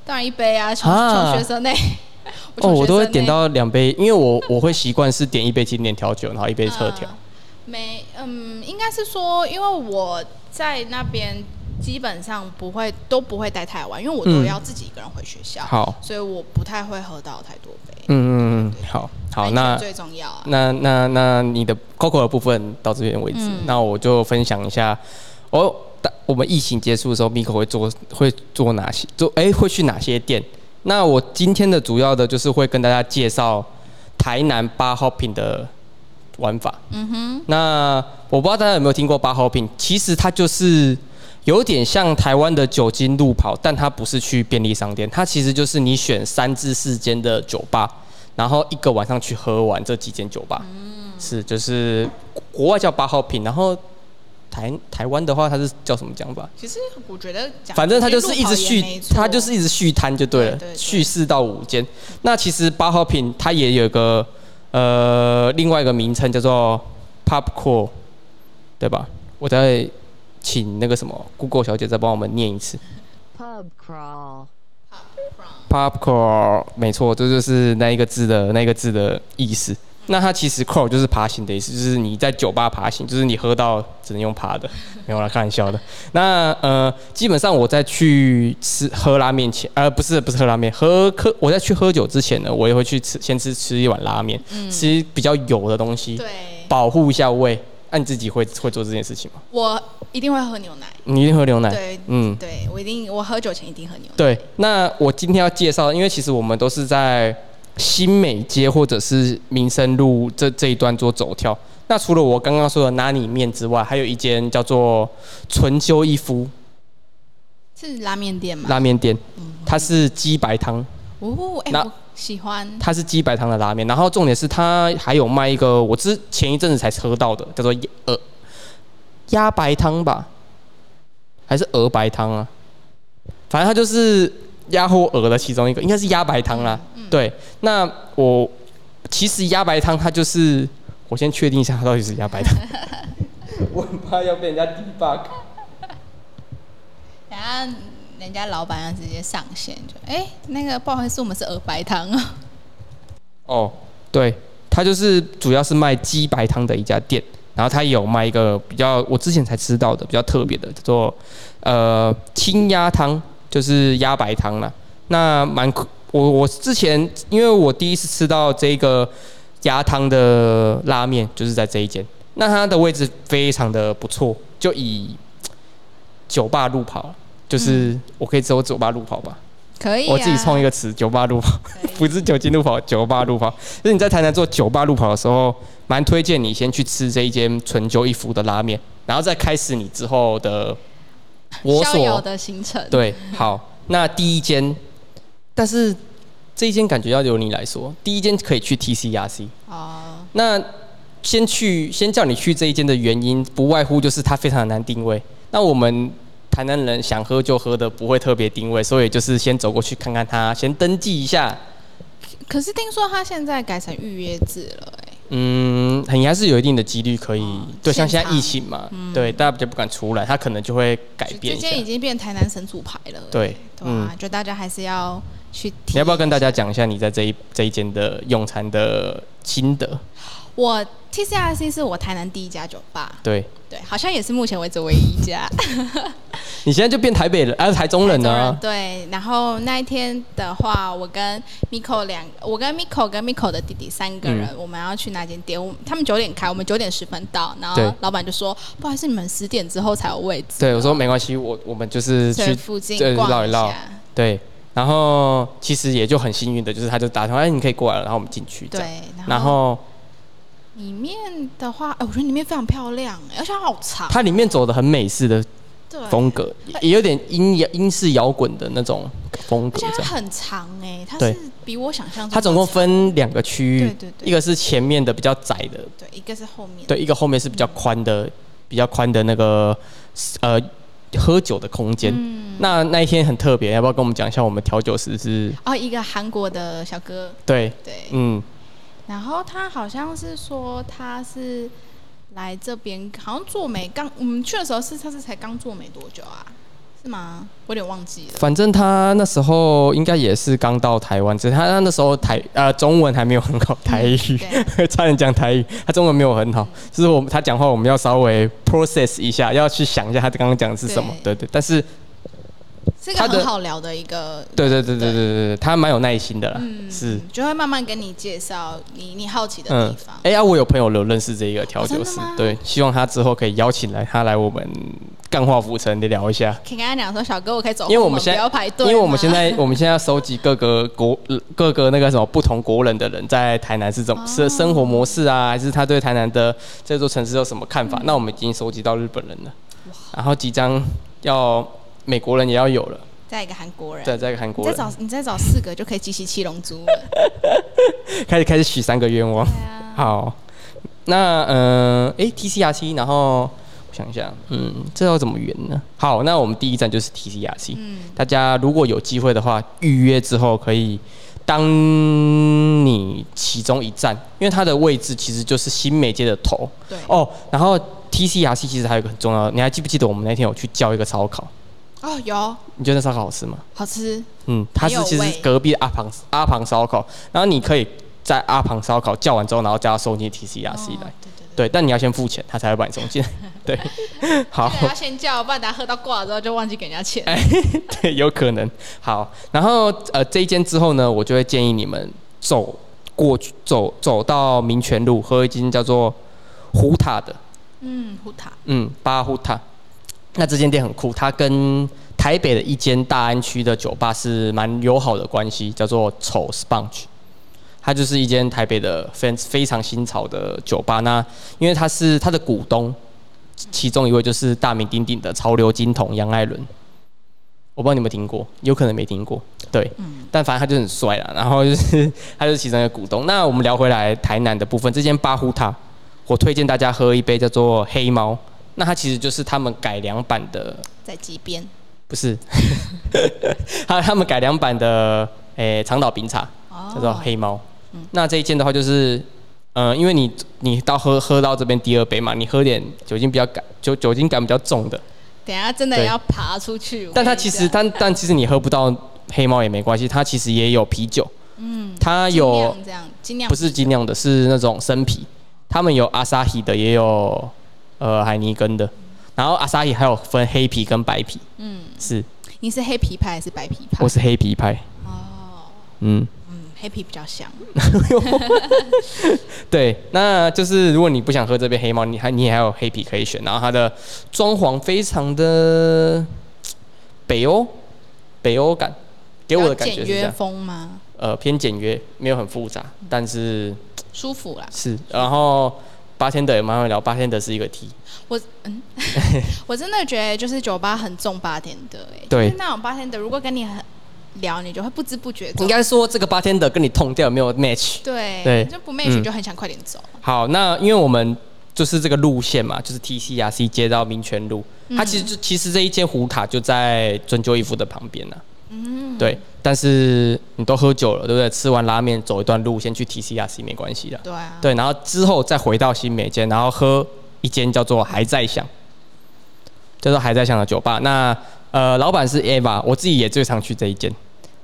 当然一杯啊，
*laughs*
穷
啊
穷学 *laughs* 生呢。
哦，
穷学生呢
我都会点到两杯，因为我我会习惯是点一杯经典调酒，然后一杯特调。
嗯没，嗯，应该是说，因为我在那边基本上不会都不会待太晚，因为我都
嗯
要自己一个人回学校，
好，
所以我不太会喝到太多杯。
嗯嗯嗯，好好，
安全
那
最重要啊。
那那那你的 Coco 的部分到这边为止，那我就分享一下哦。大我们疫情结束的时候，Miko 会做会做哪些做？哎、会去哪些店？那我今天的主要的就是会跟大家介绍台南八号品的玩法。
嗯哼，
那我不知道大家有没有听过八号品，其实它就是有点像台湾的酒精路跑，但它不是去便利商店，它其实就是你选三至四间的酒吧，然后一个晚上去喝完这几间酒吧。是，就是国外叫八号品，然后台台湾的话，它是叫什么讲法？
其实我觉得讲，
反正他就是一直续
这些路跑也没，错
他就是一直续摊就对了，
对对对
续四到五间。那其实八号品它也有一个呃另外一个名称叫做 Pub Core，对吧？我再请那个什么 Google 小姐再帮我们念一次
Pub crawl.
Pub Core，没错，这就是那一个字的那一个字的意思。那它其实 core 就是爬行的意思，就是你在酒吧爬行，就是你喝到只能用爬的， *laughs* 没有啦，开玩笑的。那呃，基本上我在去吃喝拉面前，呃，不是不是喝拉面，喝喝我在去喝酒之前呢，我也会去吃先吃吃一碗拉面，吃比较油的东西，
嗯对，
保护一下胃。那、你自己会会做这件事情吗？
我一定会喝牛奶。
你一定喝牛奶？
对，
嗯，
对我一定，我喝酒前一定喝牛奶。
对，那我今天要介绍，因为其实我们都是在新美街或者是民生路这这一段做走跳。那除了我刚刚说的拉里面之外，还有一间叫做纯修一夫
是拉面店吗？
拉面店，它是鸡白汤，
哦，哎、
那
我喜欢。
它是鸡白汤的拉面。然后重点是它还有卖一个我之前一阵子才喝到的，叫做鸭呃鸭白汤吧，还是鹅白汤啊？反正它就是鸭或鹅的其中一个，应该是鸭白汤啦。对，那我其实鸭白汤它就是，我先确定一下它到底是鸭白汤，我很怕要被人家 debug。
等下人家老板要直接上线，就哎、那个不好意思，我们是鹅白汤。
哦，对，它就是主要是卖鸡白汤的一家店，然后它也有卖一个比较我之前才知道的比较特别的，叫做呃青鸭汤，就是鸭白汤啦。那蛮酷我我之前因为我第一次吃到这个鸭汤的拉面，就是在这一间，那它的位置非常的不错，就以酒吧路跑，就是我可以啊走酒吧路跑吧。
可以、啊，
我自己创一个词“酒吧路跑
可以”，啊
不是酒精路跑，酒吧路跑。就是你在台南做酒吧路跑的时候，蛮推荐你先去吃这一间纯酒一服的拉面，然后再开始你之后的我
逍遥
所
的行程。，
对。好，那第一间，但是这一间感觉要由你来说，第一间可以去 TCRC。
哦，
那先去先叫你去这一间的原因，不外乎就是它非常难定位。那我们台南人想喝就喝的，不会特别定位，所以就是先走过去看看它，先登记一下。
可是听说他现在改成预约制了、哎，
嗯，很还是有一定的几率可以，对，像现在
哦现场嗯
疫情嘛，对，大家比较不敢出来，它可能就会改变一
这
下。
间已经变台南神主牌了、哎
对嗯
对啊，就大家还是要去体
你要不要跟大家讲一下你在这一这一间的用餐的心得？
我 TCRC 是我台南第一家酒吧，
对，
对，好像也是目前为止唯一一家。
你现在就变台北人，啊，台中人啊，
*laughs* 对，然后那一天的话，我跟 Miko 两，我跟 Miko 跟 Miko 的弟弟三个
嗯
人，我们要去那间店，我他们九点开，我们九点十分到，然
对
后老板就说，不好意思，你们十点之后才有位置。
对，我说没关系，我我们就是
去
去
附近
对
逛
绕一绕
下，
对，然后其实也就很幸运的，就是他就打电话，哎，你可以过来了，然后我们进去，这样，
对，
然
后
后
里面的话，哎、我觉得里面非常漂亮，欸而且它好长，
它里面走的很美式的
啊对，
风格，也有点英英式摇滚的那种风格
而且
这样。
它很长哎、它
对
是比我想象中
它总共分两个区域，
对对对
一个是前面的比较窄的，
对，一个是后面，
对，一个后面是比较宽的，比较宽的那个呃喝酒的空间。
嗯
那那一天很特别，要不要跟我们讲一下我们调酒师是？
哦，一个韩国的小哥，
对，
对，
嗯，
然后他好像是说他是来这边，好像做美刚，我们去的时候是他是才刚做美多久啊？是吗？我有点忘记了。
反正他那时候应该也是刚到台湾，只是他那时候台呃中文还没有很好，台语、*laughs*
嗯
差点讲台语，他中文没有很好，就是我们他讲话我们要稍微 process 一下，要去想一下他刚刚讲的是什么，对对，但是
是个
他的
很好聊的一个，
对对对对对对对，他蛮有耐心的啦，
嗯，
是，
就会慢慢跟你介绍你你好奇的
嗯
地方，。
哎呀，我有朋友有认识这一个调
哦真
酒
的
师
吗，
对，希望他之后可以邀请来他来我们干化浮城的聊一下。
可以跟他讲说，小哦哥，我可以走后门，
因为我们现
不
在
要排，队
因
吗，
为我们现在我们现在要收集各个国各个那个什么不同国人的人在台南是怎
哦
么是生活模式啊，还是他对台南的这座城市有什么看法？
嗯
那我们已经收集到日本人了，然后即将要美国人也要有了，
再一个韩国人，
再再一个韩
你
国
再
人
找你再找四个就可以集齐七龙珠了。
开始开始许三个愿望。
对啊，
好，那呃，诶 t c r c 然后我想一下，嗯，这要怎么圆呢？好，那我们第一站就是 TCRC，、大家如果有机会的话，预约之后可以。当你其中一站，因为它的位置其实就是新美街的头
对
哦。然后 TCRC 其实还有一个很重要的，你还记不记得我们那天有去叫一个烧烤？
哦，有
你觉得那烧烤好吃吗？
好吃，
嗯，它是其
没
实
有味
隔壁的阿庞阿庞烧烤，然后你可以在阿庞烧烤叫完之后，然后叫他收进 TCRC 啊来。
哦对对
对，但你要先付钱，他才会把你送进来。对，好
对，，啊这个要先叫，不然等下喝到挂了之后就忘记给人家钱。
哦对，有可能。好，然后呃，这一间之后呢，我就会建议你们走过去，走走到民权路，喝一间叫做胡塔的，
嗯，胡塔
嗯，巴胡塔。那这间店很酷，它跟台北的一间大安区的酒吧是蛮友好的关系，叫做丑 Sponge。它就是一间台北的非非常新潮的酒吧。那因为它是它的股东，其中一位就是大名鼎鼎的潮流金童杨爱伦。我不知道你有没有听过，有可能没听过。对，但反正他就很帅啦。然后就是他就是其中一个股东。那我们聊回来台南的部分，这间巴呼塔，我推荐大家喝一杯叫做黑猫。那它其实就是他们改良版的，
在街边，
不是， *laughs* 他他们改良版的诶、长岛冰茶。
哦嗯
叫做黑猫。那这一间的话就是，呃，因为你你到喝喝到这边第二杯嘛，你喝点酒精比较感酒酒精感比较重的，
等下真的
对
要爬出去。我
但它
跟你
其实
讲
但但其实你喝不到黑猫也没关系，它其实也有啤酒，嗯，它
精
有
酿这样，尽量
不是精酿的，是那种生啤，他们有阿萨希的，也有呃海尼根的，然后阿萨希还有分黑啤跟白啤，嗯，是，
你是黑皮派还是白皮派
我？是黑啤派，
哦，
嗯。
嗯，黑皮比较香。
对，那就是如果你不想喝这杯黑猫，你还你也还有黑啤可以选。然后它的装潢非常的北欧，北欧感，给我的感觉
比较
是这
简约
样，
风吗？
呃，偏简约，没有很复杂，但是
舒服啦。
是。然后八天的也蛮会聊，八天的是一个 T，
我
*laughs*
嗯，我真的觉得就是酒吧很重八点的哎、
对
就是那种八点的，如果跟你很聊，你就会不知不觉
应
中。
该说这个八天的跟你痛掉有没有 match？
对
对
就不 match
嗯
就很想快点走。
好，那因为我们就是这个路线嘛，就是 T C R C 接到民权路，它其实就其实这一间胡塔就在准久衣服的旁边呢、嗯，对，但是你都喝酒了，对不对？吃完拉面走一段路，先去 T C R C 没关系的。
对啊，
对，然后之后再回到新美街，然后喝一间叫做还在想，叫做还在想的酒吧。那呃，老板是 Eva，我自己也最常去这一间。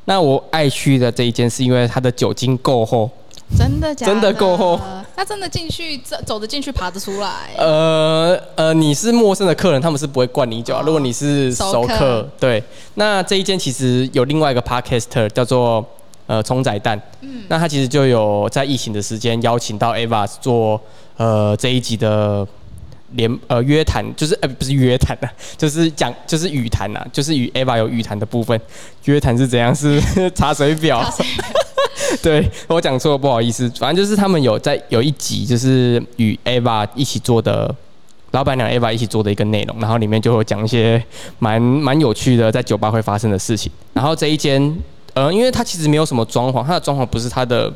那我爱去的这一间是因为它的酒精够厚，
真的假
真的够厚
他真的进去走走着进去，爬着出来。
呃呃，你是陌生的客人，他们是不会灌你酒啊。
哦
如果你是熟
熟客
对，那这一间其实有另外一个 podcaster 叫做呃冲仔蛋，嗯，那他其实就有在疫情的时间邀请到 Ava 做呃这一集的联呃约谈，就是呃不是约谈啊， *laughs* 就是讲就是语谈啊，就是与 Ava 有语谈的部分。约谈是怎样？是 *laughs* 查水表。
他是
*laughs* 对我讲错，不好意思。反正就是他们有在有一集，就是与 Ava 一起做的，老板娘 Ava 一起做的一个内容，然后里面就有讲一些蛮蛮有趣的在酒吧会发生的事情。然后这一间，呃，因为它其实没有什么装潢，它的装潢不是它的。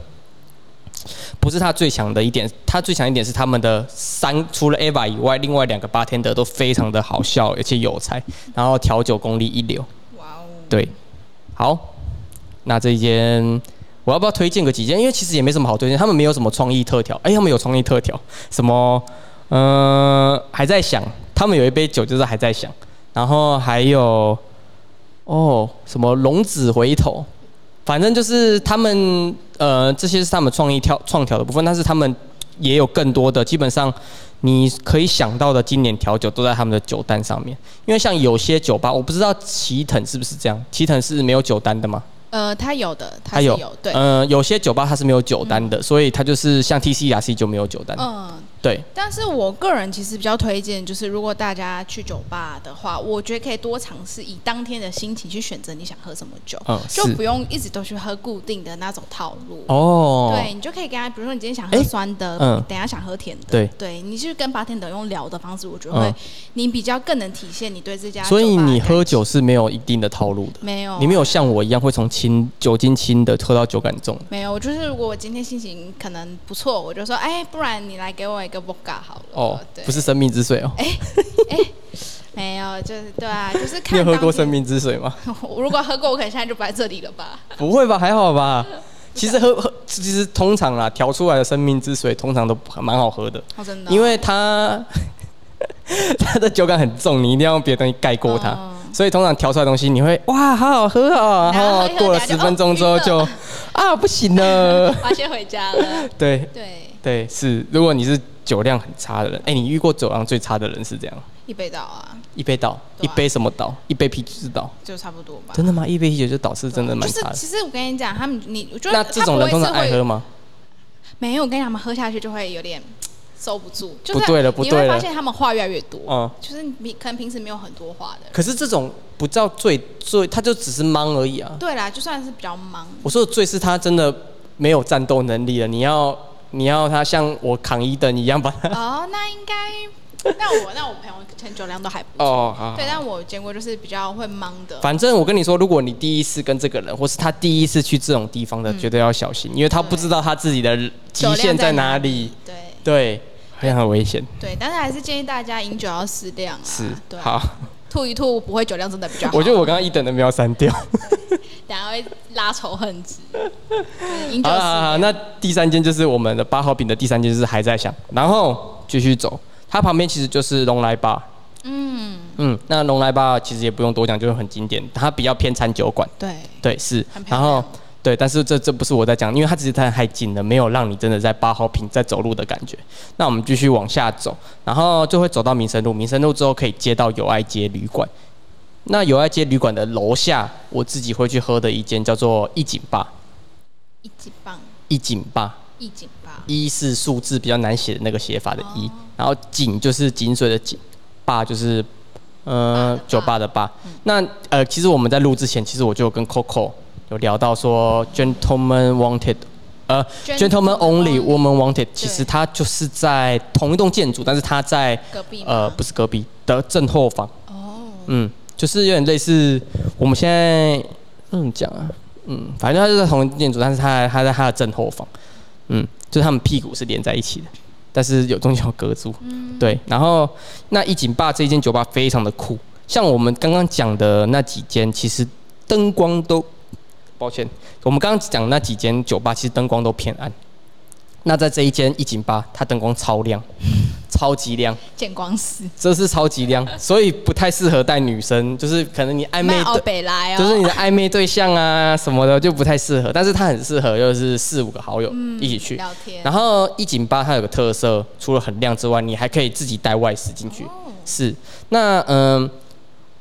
不是它最强的一点，它最强一点是他们的三除了 Ava 以外，另外两个 bartender 都非常的好笑，而且有才，然后调酒功力一流。
哇哦，
对，好，那这一间我要不要推荐个几间？因为其实也没什么好推荐，他们没有什么创意特调。哎、他们有创意特调，什么？呃，还在想，他们有一杯酒就是还在想，然后还有哦，什么龙子回头，反正就是他们呃，这些是他们创意跳创调的部分，但是他们也有更多的，基本上你可以想到的经典调酒都在他们的酒单上面。因为像有些酒吧，我不知道奇腾是不是这样，奇腾是没有酒单的吗？
呃，他有的，他
它
是
有
有，对，
嗯、有些酒吧它是没有酒单的，所以它就是像 T C R C 就没有酒单。
嗯。
对，
但是我个人其实比较推荐，就是如果大家去酒吧的话，我觉得可以多尝试以当天的心情去选择你想喝什么酒，
嗯，
就是不用一直都去喝固定的那种套路。
哦，
对，你就可以跟他，比如说你今天想喝
诶
酸的，
嗯
等一下想喝甜的，
对
你去跟 bartender 用聊的方式，我觉得
嗯
会，你比较更能体现你对这家。
所以你喝酒是没有一定的套路的，
没有？
你没有像我一样会从轻酒精轻的喝到酒感重的。
没有，我就是如果我今天心情可能不错，我就说，哎，不然你来给我一个 vodka 好了。
哦，
对，
不是，生命之水哦。
没有，就是对啊，就是看。
你有喝过生？命之水吗？
*laughs* 我如果喝过，我可能现在就不在这里了
*laughs*
吧。
不会吧，还好吧。其实喝喝，其实通常啦，调出来的生命之水通常都蛮好喝的，
哦，真的哦、
因为 *laughs* 它它的酒感很重，你一定要用别的东西盖过它。
哦
所以通常调出来的东西，你会哇，好好喝哦，然
然
后
后喝一喝
过了
等下
十
就
分钟之后
哦
就
晕，
*laughs* 啊不行了 *laughs*
我要先回家了。
对
对，
对是，如果你是酒量很差的人，哎，你遇过酒量最差的人是这样，
一杯倒啊，
一杯倒，一
对啊
杯什么倒，一杯啤酒就倒，
就差不多吧。
真的吗？一杯啤酒就倒是真的蛮
就是
差的。
其实我跟你讲，他们你我觉得
那这种人通常爱喝
吗？
吗？
没有，我跟你讲，他们喝下去就会有点收不住，就是
不对了不
你
对
会
了
发现他们话越来越多，
嗯
就是你可能平时没有很多话的。
可是这种不叫醉，醉他就只是忙而已啊。
对啦，就算是比
*laughs*
较忙，
我说的醉是他真的没有战斗能力了，你要你要他像我扛一等一样把他。
哦，那应该，那我那我朋友前酒量都还不错，
哦，好
对，但我见过就是比较会忙的，
反正我跟你说，如果你第一次跟这个人，或是他第一次去这种地方的，绝对要小心，因为他不知道他自己的极
酒
限
量
在
在
哪
哪
里。
对
对，非常危险。
对，但是还是建议大家饮酒要适量啊，
是，
对啊，
好，
吐一吐不会酒量真的比较好，
我觉得我刚刚一等的没有删掉。
等下会拉仇恨值，
啊
对饮酒
好
适
啦好啦好啦
量，
那第三间就是我们的八号饼的第三间，就是还在想，然后继续走，它旁边其实就是龙来吧。
嗯，
嗯，那龙来吧其实也不用多讲，就是很经典，它比较偏餐酒馆，
对，
对，是
很，漂
然
亮
后对，但是这这不是我在讲，因为它只是太太紧了，没有让你真的在八号坪在走路的感觉。那我们继续往下走，然后就会走到民生路，民生路之后可以接到友爱街旅馆。那友爱街旅馆的楼下，我自己会去喝的一间叫做一景吧，
一级棒，
一景吧，
一景吧，
一是数字比较难写的那个写法的一，然后井就是井水的井，坝就是呃酒吧的吧。那呃，其实我们在录之前，其实我就有跟 Coco 有聊到说，Gentleman Wanted，呃
Gentleman
，Gentleman Only
Only
Woman Wanted，其实它就是在同一栋建筑，但是它在
隔壁吗
呃不是隔壁的正后方，
哦，
嗯，就是有点类似我们现在嗯讲啊，嗯，反正它是在同一建筑，但是它它在它的正后方，嗯，就是他们屁股是连在一起的，但是有中间有隔住，对。然后那一景坝这一间酒吧非常的酷，像我们刚刚讲的那几间，其实灯光都，抱歉，我们刚刚讲的那几间酒吧其实灯光都偏暗，那在这一间一景吧，它灯光超亮，超级亮，
见光死，
真是超级亮，所以不太适合带女生，就是可能你暧昧
卖哦
的。
北来哦，
就是你的暧昧对象啊什么的就不太适合，但是它很适合，就是四五个好友一起去。
嗯聊天
然后一景吧它有个特色，除了很亮之外，你还可以自己带外食进去。
哦
是，那嗯、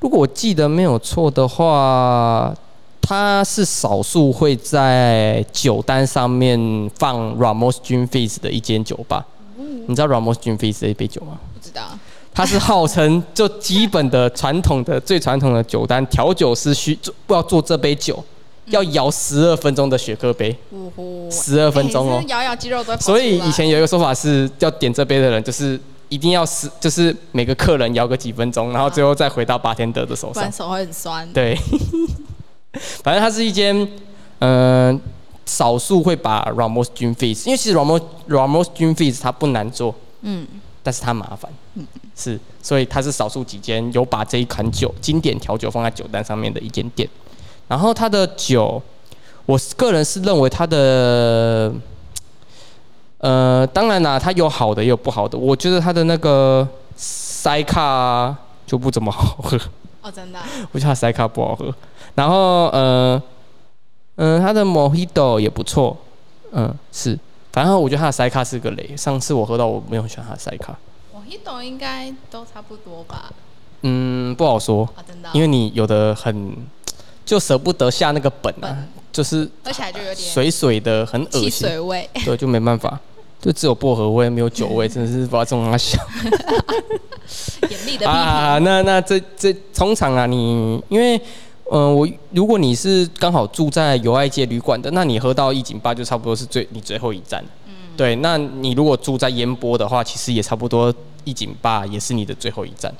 如果我记得没有错的话，它是少数会在酒单上面放 Ramos Gin Fizz 的一间酒吧。
哦
你知道 Ramos Gin Fizz 这一杯酒吗？
不知道，
它是号称就基本的传统的最传统的酒单，调酒师需做要做这杯酒，
嗯
要摇十二分钟的雪克杯，
呜呼，
十二分钟哦
哎真。的摇摇肌肉都会跑出
所
来。
以以前有一个说法是，要点这杯的人就是一定要十，就是每个客人摇个几分钟，然后最后再回到巴天德的手
不
上
然。手会很酸。
对， *laughs* 反正它是一间，嗯、少数会把 Ramos Gin Fizz，因为其实 Ramos Ramos Gin Fizz 它不难做，
嗯，
但是它麻烦，是，所以它是少数几间有把这一款酒经典调酒放在酒单上面的一间店。然后它的酒，我是个人是认为它的，呃，当然啦，它有好的也有不好的。我觉得它的那个塞卡、啊、就不怎么好喝，
哦，真的啊，
我觉得它塞卡不好喝。然后，呃，嗯、它的 Mojito 也不错，嗯、是。反正我觉得它的塞卡是个雷。上次我喝到，我没有很喜欢它的塞卡。
我一懂应该都差不多吧？
嗯，不好说，
哦，真的啊，
因为你有的很就舍不得下那个本啊
本，
就是
喝起来就有点
水水的，很恶
汽
心，
水味。
对，就没办法，就只有薄荷味，没有酒
*laughs*
味，真的是不知道从哪想
严厉的批评。
啊。那那这这通常啊，你因为。嗯，我如果你是刚好住在友爱街旅馆的，那你喝到一景吧就差不多是最你最后一站。对，那你如果住在烟波的话，其实也差不多一景吧也是你的最后一站。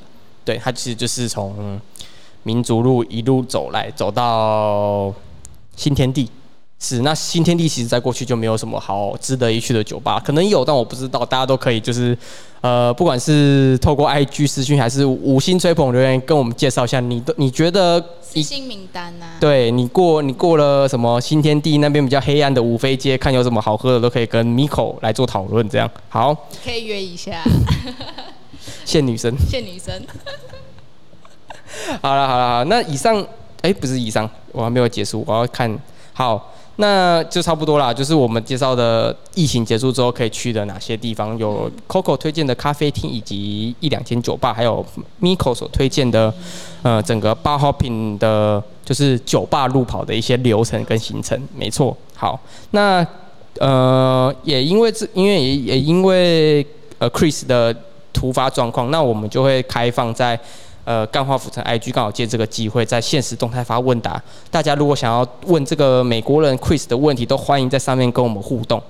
对，它其实就是从民族路一路走来，走到新天地。是，那新天地其实在过去就没有什么好值得一去的酒吧，可能有，但我不知道。大家都可以就是，呃，不管是透过 IG 私讯还是五星吹捧留言，跟我们介绍一下你的你觉得
私
一
信名单呐、啊，
对你过你过了什么新天地那边比较黑暗的五妃街，看有什么好喝的都可以跟 Miko 来做讨论。这样好，
可以约
*laughs*
一下，
谢女生。
谢女生。
*laughs* 好了好了好了，那以上哎、不是以上，我还没有结束，我要看好，那就差不多啦。就是我们介绍的疫情结束之后可以去的哪些地方，有 Coco 推荐的咖啡厅以及一两间酒吧，还有 Miko 所推荐的呃整个 bar hopping 的，就是酒吧路跑的一些流程跟行程。没错，好，那呃也因为这，因为也也因为呃 Chris 的突发状况，那我们就会开放在。呃，干化府城 IG 刚好借这个机会，在现实动态发问答。大家如果想要问这个美国人 Chris 的问题，都欢迎在上面跟我们互动。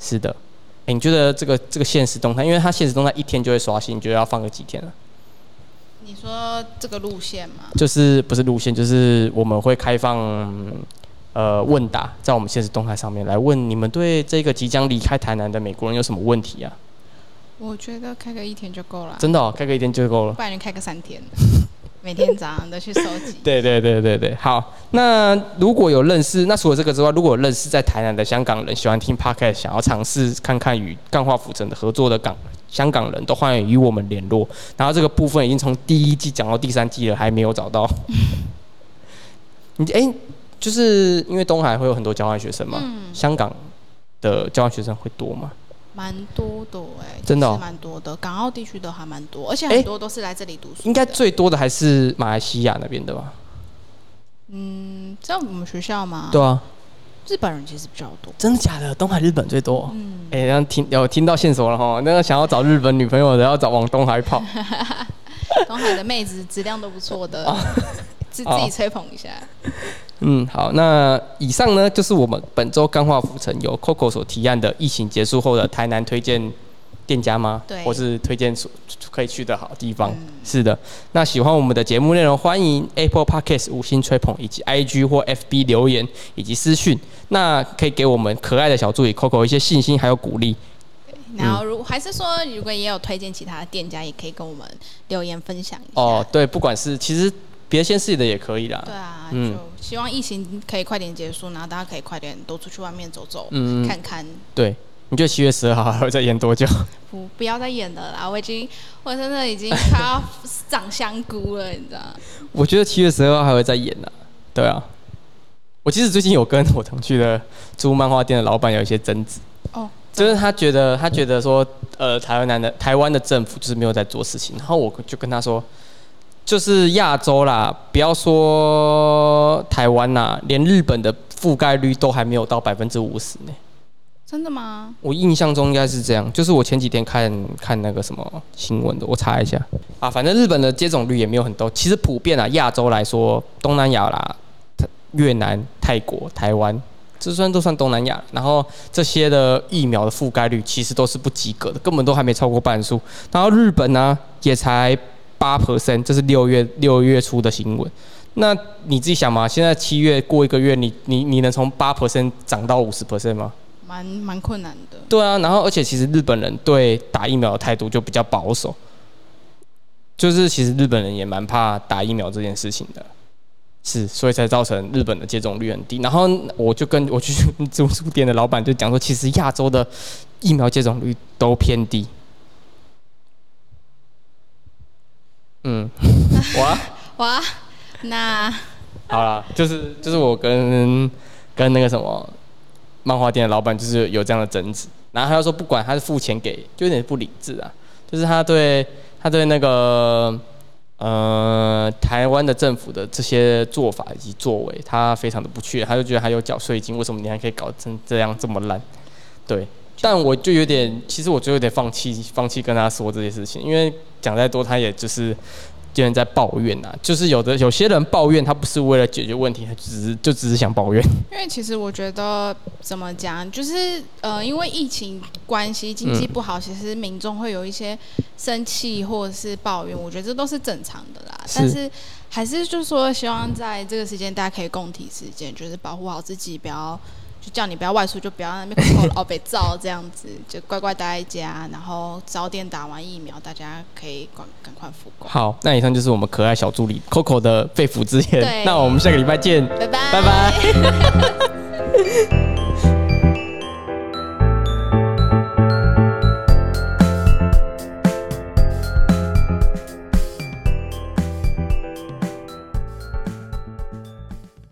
是的，哎、你觉得这个这个现实动态，因为它现实动态一天就会刷新，你觉得要放个几天啊？
你说这个路线吗？
就是不是路线，就是我们会开放呃问答，在我们现实动态上面来问你们对这个即将离开台南的美国人有什么问题啊？
我觉得开个一天就够了，啊
真的、哦，开个一天就够了。
不然就开个三天，每天早上都去收集。
对对对对对，好。那如果有认识，那除了这个之外，如果有认识在台南的香港人喜欢听 podcast，想要尝试看看与干化浮城的合作的港香港人都欢迎与我们联络。然后这个部分已经从第一季讲到第三季了，还没有找到。 *laughs* 你哎、就是因为东海会有很多交换学生嘛，香港的交换学生会多吗？
蛮多的哎、
真的哦
其实蛮多的，港澳地区的还蛮多，而且
哎
很多都是来这里读书的。
应该最多的还是马来西亚那边的吧？
嗯，像我们学校嘛，
对啊，
日本人其实比较
*laughs*
多。
真的假的？东海日本最多、
嗯，
哎、欸，然后听有听到线索了哈，那个想要找日本女朋友的要找往东海
*laughs*
跑。
东海的妹子质量都不错的， *laughs* 自自
哦
己吹捧一下。
嗯，好，那以上呢就是我们本周钢化浮城由 Coco 所提案的疫情结束后的台南推荐店家吗？
对
或是推荐所可以去的好地方。是的，那喜欢我们的节目内容，欢迎 Apple Podcast 五星吹捧，以及 IG 或 FB 留言以及私讯，那可以给我们可爱的小助理 Coco 一些信心还有鼓励。嗯
然后如，还是说，如果也有推荐其他的店家，也可以跟我们留言分享一下。
哦，对，不管是其实别先试的也可以啦。
对啊，
嗯
就希望疫情可以快点结束，然后大家可以快点多出去外面走走，
嗯
看看
对，你觉得七月十二号还会再演多久？
不不要再演了啦，我已经我真的已经快要 *laughs* 长香菇了，你知道吗？
*laughs* 我觉得七月十二号还会再演呢、对啊，我其实最近有跟我同去的租漫画店的老板有一些争执，
哦，
就是他觉得他觉得说，呃，台湾男的台湾的政府就是没有在做事情，然后我就跟他说，就是亚洲啦，不要说台湾啦，连日本的覆盖率都还没有到百分之五十呢。
真的吗？
我印象中应该是这样，就是我前几天看看那个什么新闻的，我查一下啊，反正日本的接种率也没有很多。其实普遍啊，亚洲来说，东南亚啦，泰越南、泰国、台湾，这算都算东南亚。然后这些的疫苗的覆盖率其实都是不及格的，根本都还没超过半数。然后日本呢、也才八 percent，这是六月六月初的新闻。那你自己想嘛，现在七月过一个月，你你你能从八 percent 涨到五十 percent 吗？
蛮蛮困难的。
对啊，然后而且其实日本人对打疫苗的态度就比较保守，就是其实日本人也蛮怕打疫苗这件事情的，是，所以才造成日本的接种率很低。然后我就跟我 *laughs* 去住宿店的老板就讲说，其实亚洲的疫苗接种率都偏低。嗯，哇，
哇，那
好啦，就是就是我跟跟那个什么漫画店的老板就是有这样的争执，然后他就说不管他是付钱给，就有点不理智啊，就是他对他对那个呃台湾的政府的这些做法以及作为，他非常的不屑，他就觉得还有缴税金，为什么你还可以搞成这样这么烂？对，但我就有点，其实我就有点放弃放弃跟他说这些事情，因为讲再多他也就是。有人在抱怨呐、啊，就是有的有些人抱怨，他不是为了解决问题，他只是就只是想抱怨。 *laughs*
因为其实我觉得怎么讲，就是呃，因为疫情关系，经济不好，其实民众会有一些生气或者是抱怨，我觉得这都是正常的啦。
是
但是还是就是说，希望在这个时间大家可以共体时间，就是保护好自己，不要就叫你不要外出，就不要在那边口老被照这样子，就乖乖待在家，然后早点打完疫苗，大家可以赶赶快复工。
好，那以上就是我们可爱小助理 Coco 的肺腑之
对
言。那我们下个礼拜见，
拜拜，
拜拜。